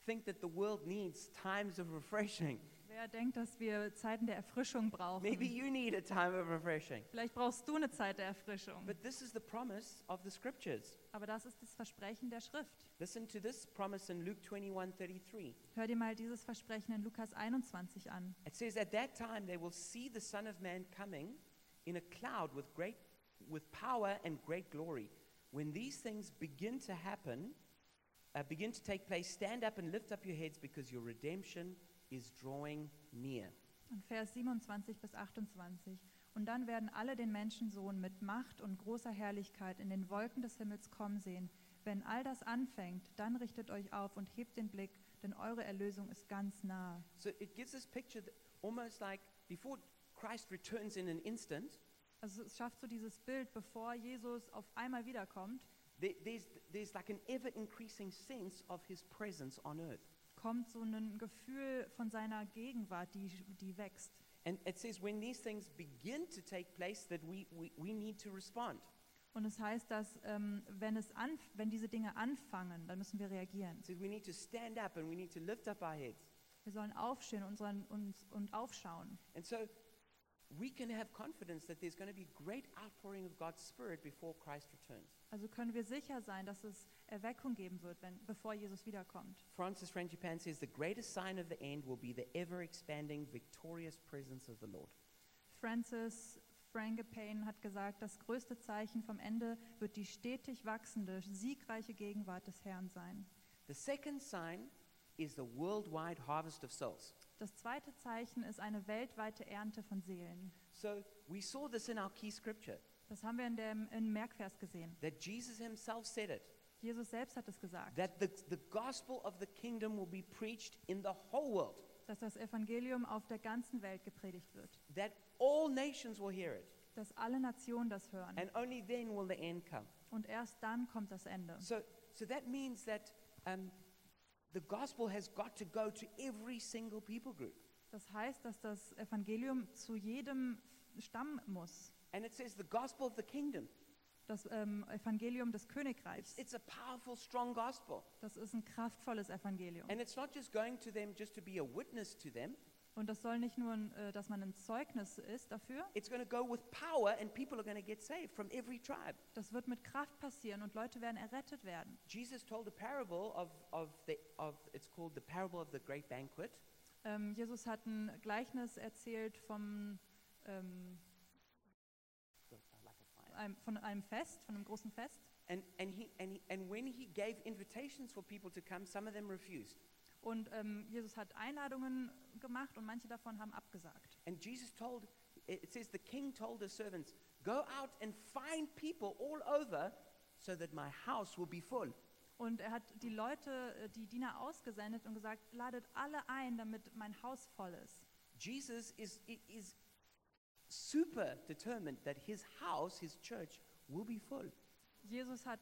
Speaker 1: think that the world needs times of refreshing?
Speaker 2: Wer denkt, dass wir Zeiten der Erfrischung brauchen?
Speaker 1: Maybe you need a time of refreshing.
Speaker 2: Vielleicht brauchst du eine Zeit der Erfrischung.
Speaker 1: But this is the promise of the scriptures.
Speaker 2: Aber das ist das Versprechen der Schrift.
Speaker 1: Listen to this promise in Luke 21 33.
Speaker 2: Hör dir mal dieses Versprechen in Lukas 21 an.
Speaker 1: It says, At that time they will see the Son of Man coming in a cloud with great with power and great glory. When these things begin to happen, uh, begin to take place, stand up and lift up your heads because your redemption is drawing near.
Speaker 2: Und Vers 27 bis 28. Und dann werden alle den Menschensohn mit Macht und großer Herrlichkeit in den Wolken des Himmels kommen sehen. Wenn all das anfängt, dann richtet euch auf und hebt den Blick, denn eure Erlösung ist ganz nahe.
Speaker 1: So it gives this picture that almost like before Christ returns in an instant,
Speaker 2: Also es schafft so dieses Bild, bevor Jesus auf einmal wiederkommt,
Speaker 1: there, there's, there's like an ever increasing sense of his presence on earth.
Speaker 2: kommt so ein Gefühl von seiner Gegenwart, die, die wächst.
Speaker 1: And it says, when these things begin to take place, that we, we, we need to respond.
Speaker 2: Und es heißt, dass ähm, wenn, es anf wenn diese Dinge anfangen, dann müssen wir reagieren.
Speaker 1: It says we need to stand up and we need to lift up our heads.
Speaker 2: Wir sollen aufstehen unseren, uns, und aufschauen.
Speaker 1: And so we can have confidence that there's going to be great outpouring of God's Spirit before Christ returns.
Speaker 2: Also können wir sicher sein, dass es Erweckung geben wird, wenn, bevor Jesus wiederkommt.
Speaker 1: Francis Frangipan says the greatest sign of the end will be the ever expanding, victorious presence of the Lord.
Speaker 2: Francis Frangipane hat gesagt, das größte Zeichen vom Ende wird die stetig wachsende, siegreiche Gegenwart des Herrn sein.
Speaker 1: The second sign is the worldwide harvest of souls.
Speaker 2: Das zweite Zeichen ist eine weltweite Ernte von Seelen.
Speaker 1: So we saw this in our key scripture
Speaker 2: Das haben wir in dem in Merkvers gesehen.
Speaker 1: that Jesus himself said it
Speaker 2: Jesus selbst hat es gesagt,
Speaker 1: that the, the gospel of the kingdom will be preached in the whole world,
Speaker 2: dass das Evangelium auf der ganzen Welt gepredigt wird,
Speaker 1: that all nations will hear it,
Speaker 2: dass alle Nationen das hören
Speaker 1: and only then will the end come.
Speaker 2: und erst dann kommt das Ende.
Speaker 1: So, so that means that um, the gospel has got to go to every single people group.
Speaker 2: Das heißt, dass das Evangelium zu jedem Stamm muss.
Speaker 1: And it says the gospel of the kingdom.
Speaker 2: Das ähm, Evangelium des
Speaker 1: It's,
Speaker 2: Königreichs.
Speaker 1: it's a powerful, strong gospel.
Speaker 2: Das ist ein kraftvolles Evangelium.
Speaker 1: And it's not just going to them just to be a witness to them,
Speaker 2: Und das soll nicht nur, ein, äh, dass man ein Zeugnis ist dafür,
Speaker 1: it's going to go with power, and people are going to get saved from every tribe.
Speaker 2: das wird mit Kraft passieren und Leute werden errettet werden.
Speaker 1: Jesus told a parable of, of, the, of it's called the parable of the great banquet.
Speaker 2: Ähm, Jesus hat ein Gleichnis erzählt vom, ähm, einem, von einem Fest, von einem großen Fest.
Speaker 1: And, and, he, and, he, and when he gave invitations for people to come, some of them refused.
Speaker 2: Und ähm, Jesus hat Einladungen gemacht und manche davon haben abgesagt.
Speaker 1: And Jesus told, it says, the king told his servants, Go out and find people all over so that my house will be full.
Speaker 2: Und er hat die Leute, äh, die Diener ausgesendet und gesagt, ladet alle ein, damit mein Haus voll ist.
Speaker 1: Jesus is, i- is super determined that his house, his church, will be full.
Speaker 2: Jesus hat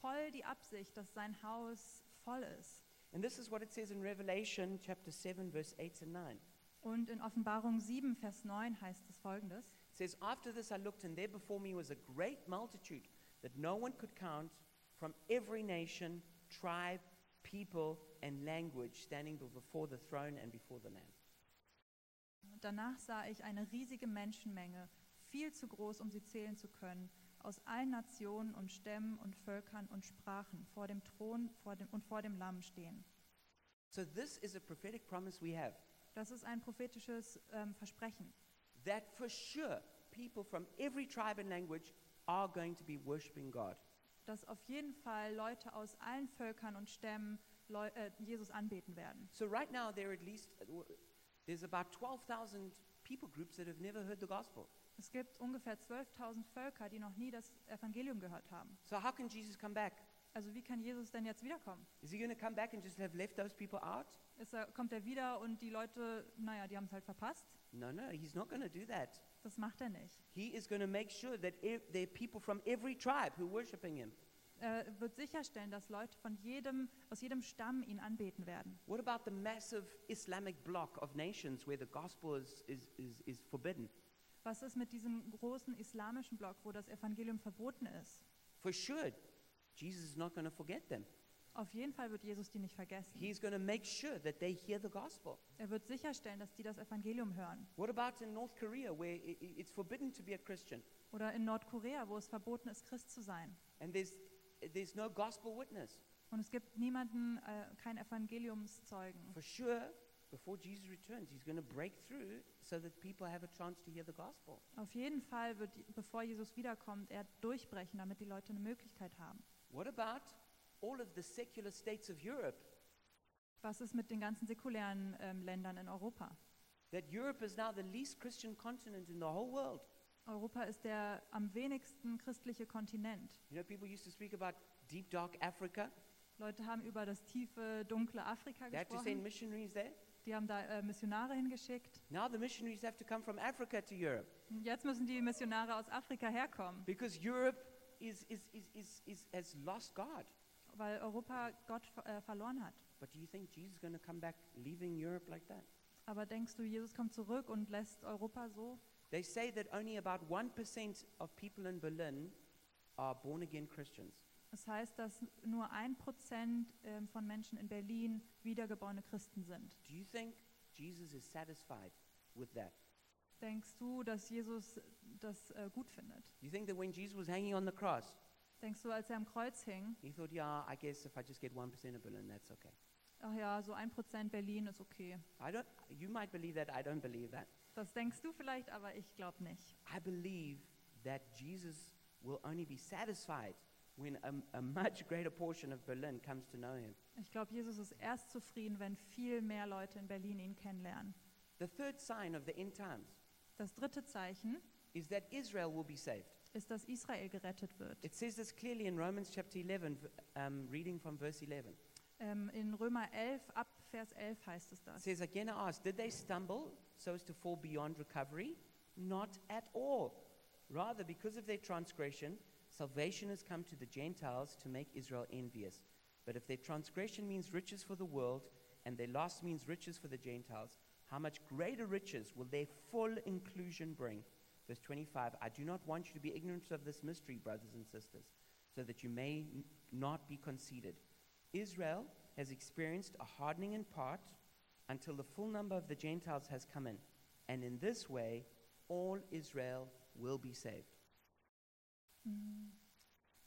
Speaker 2: voll die Absicht, dass sein Haus voll ist.
Speaker 1: And this is what it says in Revelation chapter 7, verse 8 and 9. It
Speaker 2: Und in Offenbarung 7, Vers 9 heißt es folgendes.
Speaker 1: says, After this I looked, and there before me was a great multitude that no one could count from every nation, tribe, people, and language standing before the throne and before the Lamb.
Speaker 2: Danach sah ich eine riesige Menschenmenge, viel zu groß, um sie zählen zu können, aus allen Nationen und Stämmen und Völkern und Sprachen vor dem Thron vor dem, und vor dem Lamm stehen.
Speaker 1: So, this is a prophetic promise we have
Speaker 2: Das ist ein prophetisches ähm, Versprechen,
Speaker 1: that for sure people from every tribe and language are going to be worshiping God.
Speaker 2: dass auf jeden Fall Leute aus allen Völkern und Stämmen Leu äh, Jesus anbeten werden.
Speaker 1: So right now there are at least uh, w- there's about 12,000 people groups that have never heard the gospel.
Speaker 2: Es gibt ungefähr 12.000 Völker, die noch nie das Evangelium gehört haben.
Speaker 1: So how can Jesus come back?
Speaker 2: Also wie kann Jesus denn jetzt wiederkommen?
Speaker 1: Is he going to come back and just have left those people out?
Speaker 2: Ist er, kommt er wieder und die Leute, naja, die haben es halt verpasst?
Speaker 1: No, no, he's not going to do that.
Speaker 2: Das macht er nicht.
Speaker 1: He is going to make sure that e- there are people from every tribe who are worshiping him.
Speaker 2: äh, wird sicherstellen, dass Leute von jedem, aus jedem Stamm ihn anbeten werden.
Speaker 1: What about the massive Islamic bloc of nations where the gospel is, is, is, is forbidden?
Speaker 2: Was ist mit diesem großen islamischen Block, wo das Evangelium verboten ist?
Speaker 1: For sure, Jesus is not going to forget them.
Speaker 2: Auf jeden Fall wird Jesus die nicht vergessen.
Speaker 1: He's going to make sure that they hear the gospel.
Speaker 2: Er wird sicherstellen, dass die das Evangelium hören.
Speaker 1: What about in North Korea where i- i- it's forbidden to be a Christian?
Speaker 2: Oder in Nordkorea, wo es verboten ist, Christ zu sein.
Speaker 1: And there's, there's no gospel witness.
Speaker 2: Und es gibt niemanden, äh, kein Evangeliumszeugen.
Speaker 1: For sure, before Jesus returns, he's going to break through so that people have a chance to hear the gospel.
Speaker 2: Auf jeden Fall wird, bevor Jesus wiederkommt, er durchbrechen, damit die Leute eine Möglichkeit haben.
Speaker 1: What about all of the secular states of Europe?
Speaker 2: Was ist mit den ganzen säkulären ähm, Ländern in Europa?
Speaker 1: That Europe is now the least Christian continent in the whole world.
Speaker 2: Europa ist der am wenigsten christliche Kontinent.
Speaker 1: You know, people used to speak about deep, dark Africa.
Speaker 2: Leute haben über das tiefe, dunkle Afrika
Speaker 1: They had to send
Speaker 2: gesprochen.
Speaker 1: missionaries there.
Speaker 2: Die haben da äh, Missionare hingeschickt.
Speaker 1: Now the missionaries have to come from Africa to Europe
Speaker 2: Und Jetzt müssen die Missionare aus Afrika herkommen,
Speaker 1: because Europe is, is, is, is, is, has lost God.
Speaker 2: weil Europa Gott ver- äh, verloren hat.
Speaker 1: But do you think Jesus is going to come back leaving Europe like that?
Speaker 2: Aber denkst du, Jesus kommt zurück und lässt Europa so?
Speaker 1: They say that only about 1% of people in Berlin are born again Christians.
Speaker 2: Das heißt, dass nur ein Prozent ähm, von Menschen in Berlin wiedergeborene Christen sind.
Speaker 1: Do you think Jesus is satisfied with that?
Speaker 2: Denkst du, dass Jesus das äh, gut findet?
Speaker 1: Do you think that when Jesus was hanging on the cross,
Speaker 2: Denkst du, als er am Kreuz hing,
Speaker 1: he thought, yeah, I guess if I just get 1% of Berlin, that's okay?
Speaker 2: ach ja, so ein Prozent Berlin ist okay.
Speaker 1: I don't, you might believe that, I don't believe that.
Speaker 2: Das denkst du vielleicht, aber ich glaube nicht.
Speaker 1: I believe that Jesus will only be satisfied when a, a much greater portion of Berlin comes to know him.
Speaker 2: Ich glaube, Jesus ist erst zufrieden, wenn viel mehr Leute in Berlin ihn kennenlernen.
Speaker 1: The third sign of the end times
Speaker 2: Das dritte Zeichen
Speaker 1: is that Israel will be saved.
Speaker 2: ist, dass Israel gerettet wird.
Speaker 1: It says this clearly in Romans chapter 11, v- um, reading from verse 11.
Speaker 2: Ähm, in Römer 11, ab Vers 11 heißt es
Speaker 1: It
Speaker 2: das.
Speaker 1: says, Again, I ask, did they stumble so as to fall beyond recovery? Not at all. Rather, because of their transgression, salvation has come to the Gentiles to make Israel envious. But if their transgression means riches for the world, and their loss means riches for the Gentiles, how much greater riches will their full inclusion bring? Verse 25 I do not want you to be ignorant of this mystery, brothers and sisters, so that you may n- not be conceited. Israel has experienced a hardening in part until the full number of the Gentiles has come in, and in this way all Israel will be saved.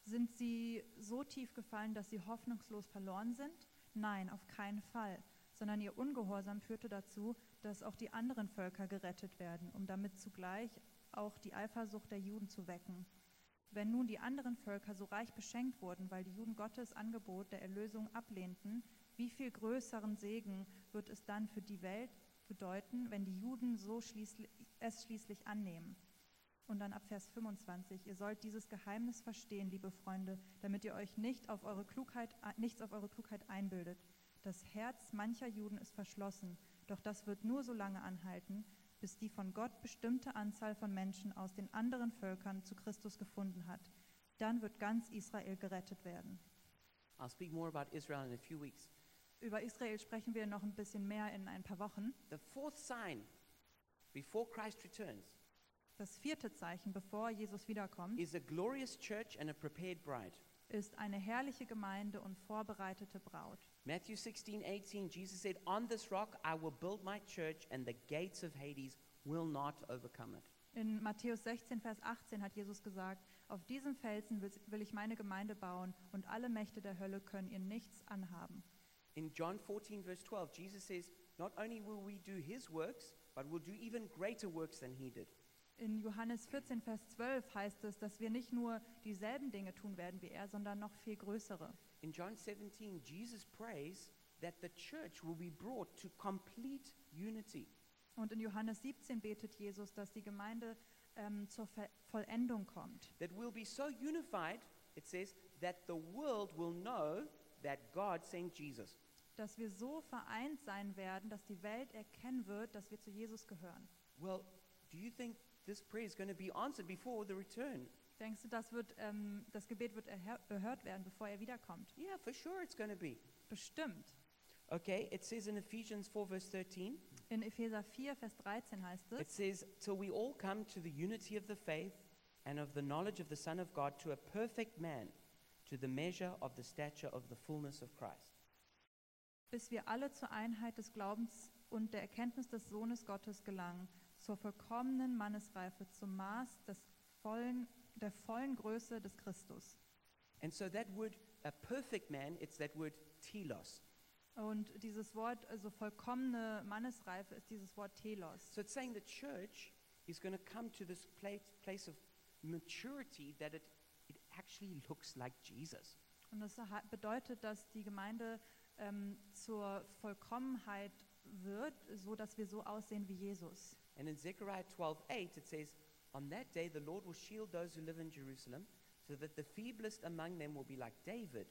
Speaker 2: Sind sie so tief gefallen, dass sie hoffnungslos verloren sind? Nein, auf keinen Fall. Sondern ihr Ungehorsam führte dazu, dass auch die anderen Völker gerettet werden, um damit zugleich auch die Eifersucht der Juden zu wecken. Wenn nun die anderen Völker so reich beschenkt wurden, weil die Juden Gottes Angebot der Erlösung ablehnten, wie viel größeren Segen wird es dann für die Welt bedeuten, wenn die Juden so schließlich, es schließlich annehmen? Und dann ab Vers 25, ihr sollt dieses Geheimnis verstehen, liebe Freunde, damit ihr euch nicht auf eure Klugheit, nichts auf eure Klugheit einbildet. Das Herz mancher Juden ist verschlossen, doch das wird nur so lange anhalten, bis die von Gott bestimmte Anzahl von Menschen aus den anderen Völkern zu Christus gefunden hat. Dann wird ganz Israel gerettet werden.
Speaker 1: I'll speak more about Israel in a few weeks.
Speaker 2: Über Israel sprechen wir noch ein bisschen mehr in ein paar Wochen.
Speaker 1: The fourth sign before Christ returns
Speaker 2: Das vierte Zeichen, bevor Jesus wiederkommt,
Speaker 1: is a glorious church and a prepared bride.
Speaker 2: ist eine herrliche Gemeinde und vorbereitete Braut.
Speaker 1: Matthew 16, 18, Jesus said, On this rock I will build my church, and the gates of Hades will not overcome it.
Speaker 2: In Matthäus 16, Vers 18 hat Jesus gesagt, auf diesem Felsen will- will ich meine Gemeinde bauen und alle Mächte der Hölle können ihr nichts anhaben.
Speaker 1: In John 14, verse 12, Jesus says, Not only will we do his works, but we'll do even greater works than he did.
Speaker 2: In Johannes 14, Vers 12 heißt es, dass wir nicht nur dieselben Dinge tun werden wie er, sondern noch viel größere.
Speaker 1: In John 17, Jesus prays that the church will be brought to complete unity.
Speaker 2: Und in Johannes 17 betet Jesus, dass die Gemeinde ähm, zur Ver Vollendung kommt.
Speaker 1: That we'll be so unified, it says, that the world will know that God sent Jesus.
Speaker 2: Dass wir so vereint sein werden, dass die Welt erkennen wird, dass wir zu Jesus gehören.
Speaker 1: Well, do you think this prayer is going to be answered before the return?
Speaker 2: Denkst du, das, wird, ähm, das Gebet wird erher- erhört werden, bevor er wiederkommt?
Speaker 1: Yeah, for sure it's going to be.
Speaker 2: Bestimmt.
Speaker 1: Okay, it says in Ephesians 4, verse 13,
Speaker 2: In Epheser 4, Vers 13 heißt
Speaker 1: it
Speaker 2: es,
Speaker 1: says, Till we all come to the unity of the faith and of the knowledge of the Son of God, to a perfect man, to the measure of the stature of the fullness of Christ.
Speaker 2: bis wir alle zur Einheit des Glaubens und der Erkenntnis des Sohnes Gottes gelangen, zur vollkommenen Mannesreife, zum Maß des vollen, der vollen Größe des Christus.
Speaker 1: And so that word, a perfect man, it's that word telos.
Speaker 2: Und dieses Wort, also vollkommene Mannesreife, ist dieses Wort Telos.
Speaker 1: So it's saying the church is going to come to this place, place of maturity that it, it actually looks like Jesus.
Speaker 2: Und das ha- bedeutet, dass die Gemeinde ähm, zur Vollkommenheit wird, so dass wir so aussehen wie Jesus.
Speaker 1: And in Zechariah 12:8 it says, On that day the Lord will shield those who live in Jerusalem, so that the feeblest among them will be like David,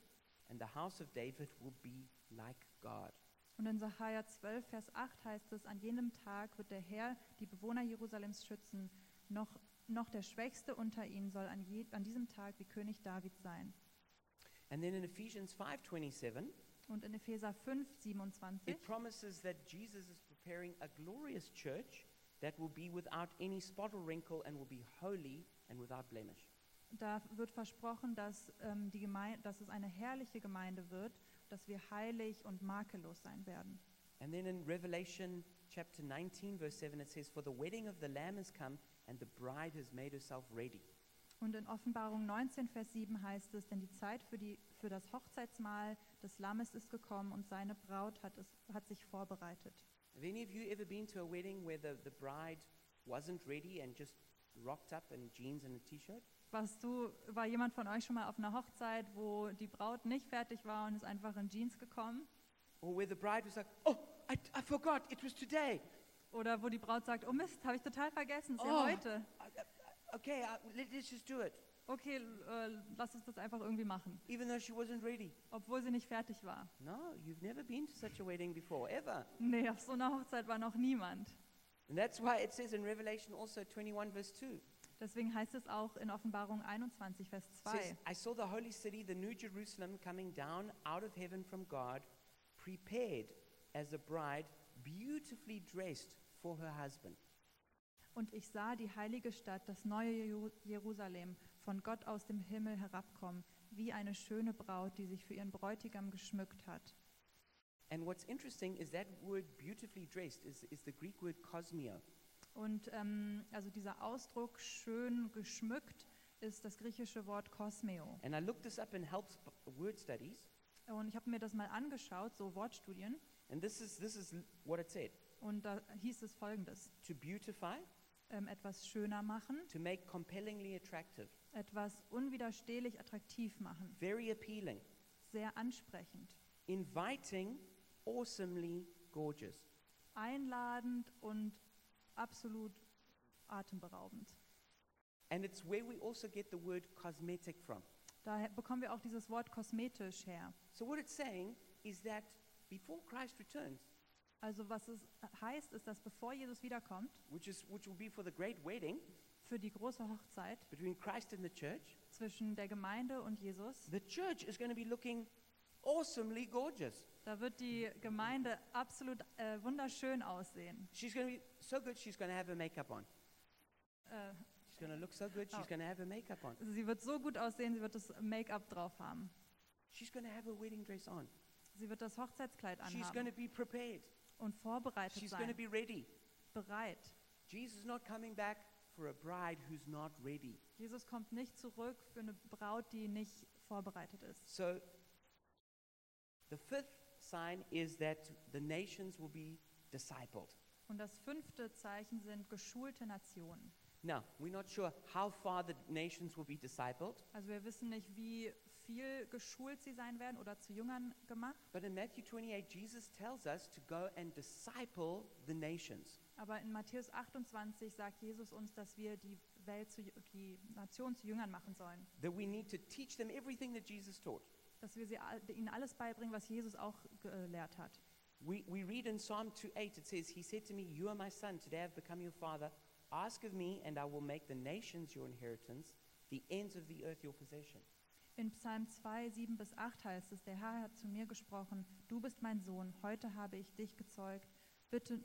Speaker 1: and the house of David will be like God.
Speaker 2: Und in Sacharja 12, Vers 8 heißt es, an jenem Tag wird der Herr die Bewohner Jerusalems schützen, noch, noch der Schwächste unter ihnen soll an, je, an diesem Tag wie König David sein.
Speaker 1: And then in Ephesians 5:27,
Speaker 2: Und in Epheser 5, 27
Speaker 1: it promises that Jesus is preparing a glorious church that will be without any spot or wrinkle and will be holy and without blemish.
Speaker 2: Da wird versprochen, dass, ähm, die Gemeinde, dass es eine herrliche Gemeinde wird, dass wir heilig und makellos sein werden.
Speaker 1: And then in Revelation chapter 19 verse 7 it says, For the wedding of the Lamb has come, and the bride has made herself ready.
Speaker 2: Und in Offenbarung 19, Vers 7 heißt es, denn die Zeit für, die, für das Hochzeitsmahl des Lammes ist gekommen und seine Braut hat, es, hat sich vorbereitet.
Speaker 1: Have any of you ever been to a wedding where the, the bride wasn't ready and just rocked up in jeans and a t shirt?
Speaker 2: Warst du, war jemand von euch schon mal auf einer Hochzeit, wo die Braut nicht fertig war und ist einfach in Jeans gekommen?
Speaker 1: Or where the bride was like, oh, I, I forgot, it was today.
Speaker 2: Oder wo die Braut sagt, oh Mist, habe ich total vergessen, ist
Speaker 1: Oh.
Speaker 2: ja heute.
Speaker 1: I, I, okay, I, let, us just do it.
Speaker 2: Okay, l- äh, lass uns das einfach irgendwie machen,
Speaker 1: Even though she wasn't ready.
Speaker 2: obwohl sie nicht fertig war.
Speaker 1: No, you've never been to such a wedding before, ever.
Speaker 2: Nee, auf so einer Hochzeit war noch niemand.
Speaker 1: And that's why it says in Revelation also 21, verse 2. it
Speaker 2: Deswegen heißt es auch in Offenbarung 21, Vers 2.
Speaker 1: Says, I saw the holy city, the new Jerusalem, coming down out of heaven from God, prepared as a bride, beautifully dressed for her husband.
Speaker 2: Und ich sah die heilige Stadt, das neue Jeru- Jerusalem, von Gott aus dem Himmel herabkommen, wie eine schöne Braut, die sich für ihren Bräutigam geschmückt hat.
Speaker 1: And what's interesting is that word beautifully dressed is, is the Greek word cosmio.
Speaker 2: Und ähm, also dieser Ausdruck schön geschmückt ist das griechische Wort kosmeo.
Speaker 1: And I looked this up in Help's b- word studies,
Speaker 2: Und ich habe mir das mal angeschaut, so Wortstudien,
Speaker 1: and this is, this is l- what it said
Speaker 2: und da hieß es folgendes.
Speaker 1: to beautify,
Speaker 2: Ähm, etwas schöner machen,
Speaker 1: to make compellingly attractive,
Speaker 2: etwas unwiderstehlich attraktiv machen,
Speaker 1: very appealing,
Speaker 2: sehr ansprechend,
Speaker 1: inviting, awesomely gorgeous.
Speaker 2: einladend und absolut atemberaubend.
Speaker 1: And it's where we also get the word cosmetic from.
Speaker 2: Daher bekommen wir auch dieses Wort kosmetisch her.
Speaker 1: So, what it's saying is that before Christ returns,
Speaker 2: Also was es heißt, ist, dass bevor Jesus wiederkommt,
Speaker 1: which, is, which will be for the great wedding
Speaker 2: für die große Hochzeit
Speaker 1: between Christ and the church,
Speaker 2: zwischen der Gemeinde und Jesus,
Speaker 1: the church is going to be looking awesomely gorgeous.
Speaker 2: da wird die Gemeinde absolut äh, wunderschön aussehen.
Speaker 1: She's going to be so good, she's going to have her makeup on.
Speaker 2: Äh,
Speaker 1: She's going to look so good, she's
Speaker 2: Oh.
Speaker 1: going to have her makeup on.
Speaker 2: Also sie wird so gut aussehen, sie wird das Make-up drauf haben.
Speaker 1: She's going to have her wedding dress on.
Speaker 2: Sie wird das Hochzeitskleid
Speaker 1: She's going
Speaker 2: anhaben
Speaker 1: to be prepared.
Speaker 2: und vorbereitet
Speaker 1: She's going to be
Speaker 2: sein,
Speaker 1: ready.
Speaker 2: bereit.
Speaker 1: Jesus is not coming back for a bride who's not ready.
Speaker 2: Jesus kommt nicht zurück für eine Braut, die nicht vorbereitet ist.
Speaker 1: So, the fifth sign is that the nations will be discipled.
Speaker 2: Und das fünfte Zeichen sind geschulte Nationen.
Speaker 1: Now, we're not sure how far the nations will be discipled,
Speaker 2: Also wir wissen nicht, wie viel geschult sie sein werden oder zu Jüngern gemacht,
Speaker 1: but in Matthew 28, Jesus tells us to go and disciple the nations.
Speaker 2: aber in Matthäus 28 sagt Jesus uns, dass wir die Welt zu, die Nation zu Jüngern machen sollen,
Speaker 1: That we need to teach them everything that Jesus taught.
Speaker 2: dass wir sie, all- ihnen alles beibringen, was Jesus auch gelehrt hat.
Speaker 1: We, we read in Psalm 2:8, it says, He said to me, You are my son, today I have become your father. Ask of me, and I will make the nations your inheritance, the ends of the earth your possession.
Speaker 2: In Psalm 2, 7 bis 8 heißt es, der Herr hat zu mir gesprochen, du bist mein Sohn, heute habe ich dich gezeugt, bitte,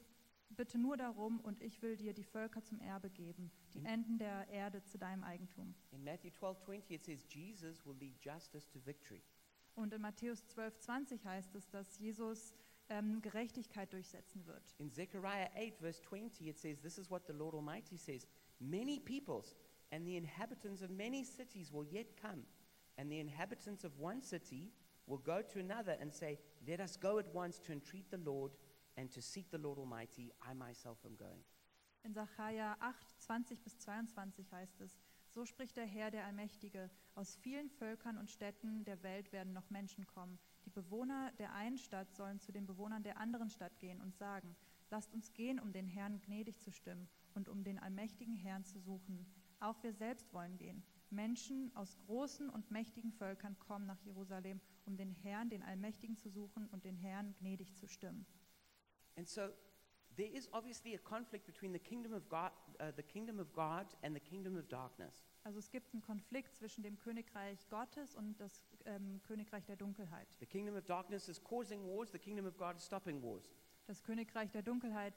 Speaker 2: bitte nur darum und ich will dir die Völker zum Erbe geben, die
Speaker 1: Mhm.
Speaker 2: Enden der Erde zu deinem Eigentum.
Speaker 1: In Matthew 12:20, it says, Jesus will lead justice to victory.
Speaker 2: Und in Matthäus 12, 20 heißt es, dass Jesus ähm, Gerechtigkeit durchsetzen wird.
Speaker 1: In Zechariah 8, verse 20, it says, This is what the Lord Almighty says Many peoples and the inhabitants of many cities will yet come, and the inhabitants of one city will go to another and say, Let us go at once to entreat the Lord and to seek the Lord Almighty. I myself am going.
Speaker 2: In Sacharja 8, 20 bis 22 heißt es, so spricht der Herr, der Allmächtige, aus vielen Völkern und Städten der Welt werden noch Menschen kommen. Die Bewohner der einen Stadt sollen zu den Bewohnern der anderen Stadt gehen und sagen, lasst uns gehen, um den Herrn gnädig zu stimmen und um den allmächtigen Herrn zu suchen. Auch wir selbst wollen gehen. Menschen aus großen und mächtigen Völkern kommen nach Jerusalem, um den Herrn, den Allmächtigen zu suchen und den Herrn gnädig zu stimmen.
Speaker 1: And so there is obviously a conflict between the kingdom of God, uh, the kingdom of God and the kingdom of darkness.
Speaker 2: Also es gibt einen Konflikt zwischen dem Königreich Gottes und das ähm, Königreich der Dunkelheit.
Speaker 1: The kingdom of darkness is causing wars, the kingdom of God is stopping wars.
Speaker 2: Das Königreich der Dunkelheit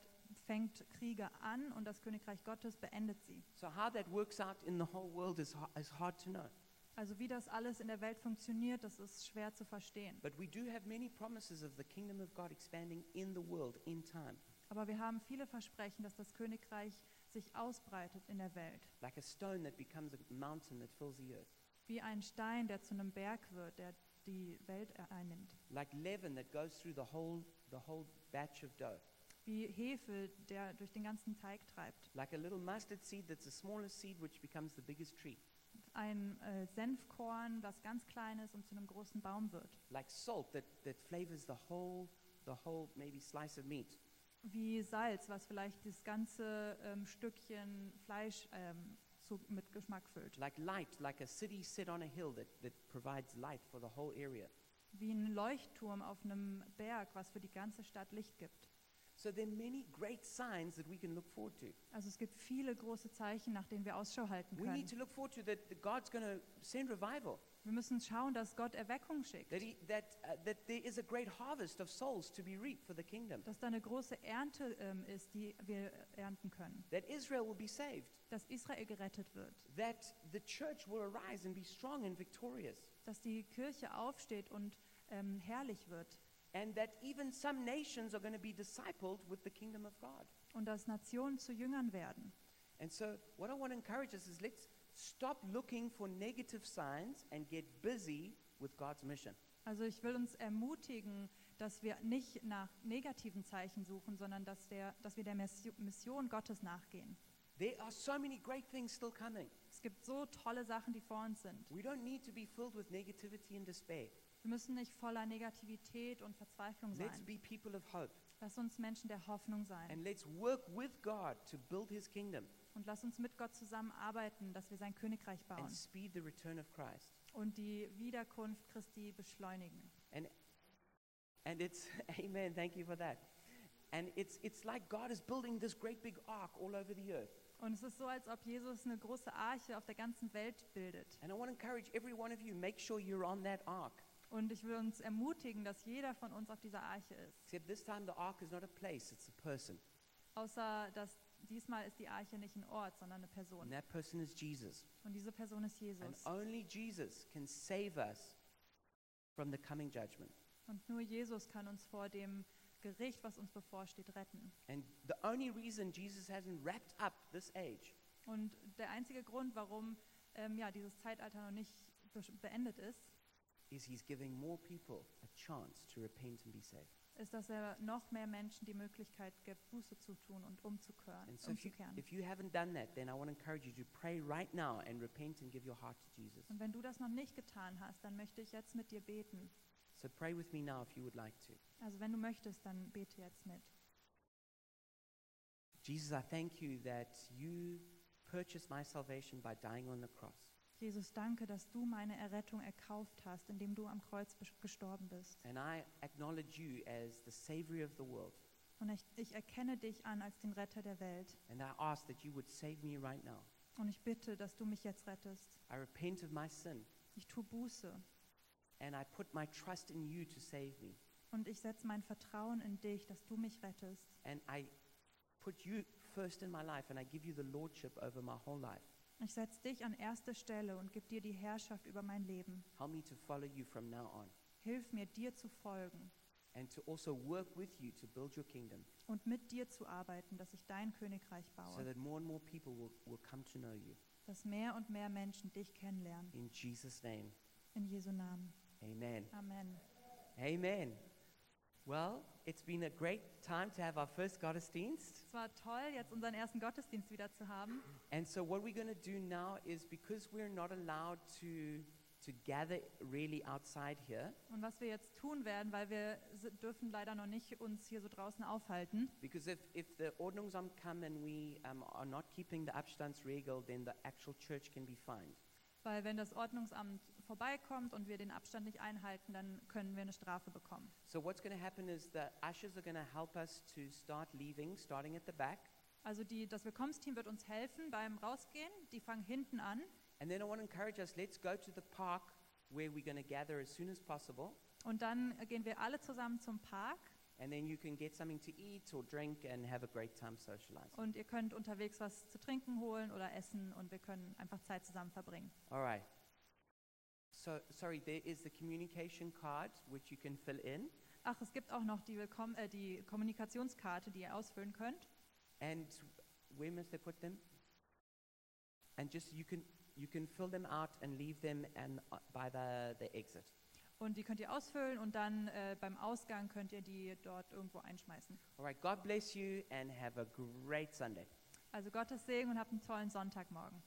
Speaker 2: fängt Kriege an und das Königreich Gottes beendet sie.
Speaker 1: So how that works out in the whole world is, ha- is hard to know.
Speaker 2: Also wie das alles in der Welt funktioniert, das ist schwer zu verstehen.
Speaker 1: But we do have many promises of the kingdom of God expanding in the world in time,
Speaker 2: Aber wir haben viele Versprechen, dass das Königreich sich ausbreitet in der Welt.
Speaker 1: like a stone that becomes a mountain that fills the earth,
Speaker 2: Wie ein Stein, der zu einem Berg wird, der die Welt e- einnimmt.
Speaker 1: like leaven that goes through the whole, the whole batch of dough,
Speaker 2: Wie Hefe, der durch den ganzen Teig treibt.
Speaker 1: like a little mustard seed that's the smallest seed which becomes the biggest tree,
Speaker 2: Ein äh, Senfkorn, was ganz klein ist und zu einem großen Baum wird.
Speaker 1: like salt that, that flavors the whole, the whole maybe slice of meat.
Speaker 2: wie Salz, was vielleicht das ganze ähm, Stückchen Fleisch ähm, zu, mit Geschmack füllt.
Speaker 1: Like light, like a city set on a hill that, that provides light for the whole area.
Speaker 2: Wie ein Leuchtturm auf einem Berg, was für die ganze Stadt Licht gibt.
Speaker 1: So there are many great signs that we can look forward to.
Speaker 2: Also es gibt viele große Zeichen, nach denen wir Ausschau halten
Speaker 1: We need
Speaker 2: können.
Speaker 1: to look forward to that that God's going to send revival.
Speaker 2: Wir müssen schauen, dass Gott Erweckung schickt,
Speaker 1: That, he, that, uh, that there is a great harvest of souls to be reaped for the kingdom.
Speaker 2: dass da eine große Ernte ähm, ist, die wir ernten können,
Speaker 1: That Israel will be saved.
Speaker 2: dass Israel gerettet wird,
Speaker 1: That the church will arise and be strong and victorious.
Speaker 2: dass die Kirche aufsteht und ähm, herrlich wird
Speaker 1: And that even some nations are going to be discipled with the kingdom of God.
Speaker 2: und dass Nationen zu Jüngern werden.
Speaker 1: And so, what I want to encourage us is let's stop looking for negative signs and get busy with God's mission.
Speaker 2: Also ich will uns ermutigen, dass wir nicht nach negativen Zeichen suchen, sondern dass, der, dass wir der Messi- Mission Gottes nachgehen.
Speaker 1: There are so many great things still coming.
Speaker 2: Es gibt so tolle Sachen, die vor uns sind.
Speaker 1: We don't need to be filled with negativity and despair.
Speaker 2: Wir müssen nicht voller Negativität und Verzweiflung
Speaker 1: Let's
Speaker 2: sein.
Speaker 1: be people of hope.
Speaker 2: Lass uns Menschen der Hoffnung sein
Speaker 1: And let's work with God to build his kingdom
Speaker 2: und lass uns mit Gott zusammenarbeiten, dass wir sein Königreich bauen
Speaker 1: and speed the return of Christ.
Speaker 2: und die Wiederkunft Christi beschleunigen.
Speaker 1: And, and it's, <laughs> amen, thank you for that. And it's, it's like God is building this great big ark all over the earth.
Speaker 2: Und es ist so, als ob Jesus eine große Arche auf der ganzen Welt bildet.
Speaker 1: And I want to encourage every one of you, make sure you're on that ark.
Speaker 2: Und ich will uns ermutigen, dass jeder von uns auf dieser Arche ist.
Speaker 1: Except this time the ark is not a place, it's a person.
Speaker 2: Außer, dass diesmal ist die Arche nicht ein Ort, sondern eine
Speaker 1: And
Speaker 2: Person.
Speaker 1: that person is Jesus.
Speaker 2: Und diese Person ist
Speaker 1: And
Speaker 2: Jesus.
Speaker 1: only Jesus can save us from the coming judgment.
Speaker 2: Und nur Jesus kann uns vor dem Gericht, was uns bevorsteht, retten.
Speaker 1: And the only reason Jesus hasn't wrapped up this age
Speaker 2: Und der einzige Grund, warum ähm, ja, dieses Zeitalter noch nicht be- beendet ist,
Speaker 1: is he's giving more people a chance to repent and be saved.
Speaker 2: ist, dass er noch mehr Menschen die Möglichkeit gibt, Buße zu tun und umzukehren,
Speaker 1: And so if you,
Speaker 2: umzukehren.
Speaker 1: if you haven't done that, then I want to encourage you to pray right now and repent and give your heart to Jesus.
Speaker 2: Und wenn du das noch nicht getan hast, dann möchte ich jetzt mit dir beten.
Speaker 1: So pray with me now if you would like to.
Speaker 2: Also wenn du möchtest, dann bete jetzt mit.
Speaker 1: Jesus, I thank you that you purchased my salvation by dying on the cross.
Speaker 2: Jesus, danke, dass du meine Errettung erkauft hast, indem du am Kreuz bes- gestorben bist.
Speaker 1: And I acknowledge you as the Savior of the world.
Speaker 2: Und ich, ich erkenne dich an als den Retter der Welt.
Speaker 1: And I ask that you would save me right now.
Speaker 2: Und ich bitte, dass du mich jetzt rettest.
Speaker 1: I repent of my sin
Speaker 2: Ich tue Buße
Speaker 1: and I put my trust in you to save me.
Speaker 2: und ich setze mein Vertrauen in dich, dass du mich rettest.
Speaker 1: And I put you first in my life and I give you the lordship over my whole life.
Speaker 2: Ich setze dich an erste Stelle und gebe dir die Herrschaft über mein Leben.
Speaker 1: Help me to follow you from now on
Speaker 2: Hilf mir, dir zu folgen
Speaker 1: and to also work with you to build your kingdom
Speaker 2: und mit dir zu arbeiten, dass ich dein Königreich
Speaker 1: so
Speaker 2: baue,
Speaker 1: that more and more people will, will come to know you.
Speaker 2: dass mehr und mehr Menschen dich kennenlernen.
Speaker 1: In Jesus' name,
Speaker 2: In Jesu Namen.
Speaker 1: amen.
Speaker 2: Amen.
Speaker 1: Amen. Well, it's been a great time to have our first Gottesdienst.
Speaker 2: Es war toll, jetzt unseren ersten Gottesdienst wieder zu haben.
Speaker 1: And so what we're going to do now is because we're not allowed to to gather really outside here
Speaker 2: Und was wir jetzt tun werden, weil wir si- dürfen leider noch nicht uns hier so draußen aufhalten.
Speaker 1: because if, if the Ordnungsamt come and we um, are not keeping the Abstandsregel, then the actual church can be fined.
Speaker 2: Weil wenn das Ordnungsamt vorbeikommt und wir den Abstand nicht einhalten, dann können wir eine Strafe bekommen.
Speaker 1: So what's going to happen is the ushers are going to help us to start leaving, starting at the back.
Speaker 2: Also die, das Willkommensteam wird uns helfen beim Rausgehen. Die fangen hinten an.
Speaker 1: And then I want to encourage us, let's go to the park where we're going to gather as soon as possible.
Speaker 2: Und dann gehen wir alle zusammen zum Park.
Speaker 1: And then you can get something to eat or drink and have a great time socializing.
Speaker 2: Und ihr könnt unterwegs was zu trinken holen oder essen und wir können einfach Zeit zusammen verbringen.
Speaker 1: All right. So, sorry, there is the communication card which you can fill in.
Speaker 2: Ach, es gibt auch noch die, Willkomm äh, die Kommunikationskarte, die ihr ausfüllen könnt.
Speaker 1: And where must they put them? And just you can you can fill them out and leave them and uh, by the, the exit.
Speaker 2: Und die könnt ihr ausfüllen und dann äh, beim Ausgang könnt ihr die dort irgendwo einschmeißen.
Speaker 1: All right. God bless you and have a great Sunday.
Speaker 2: Also Gottes Segen und habt einen tollen Sonntagmorgen.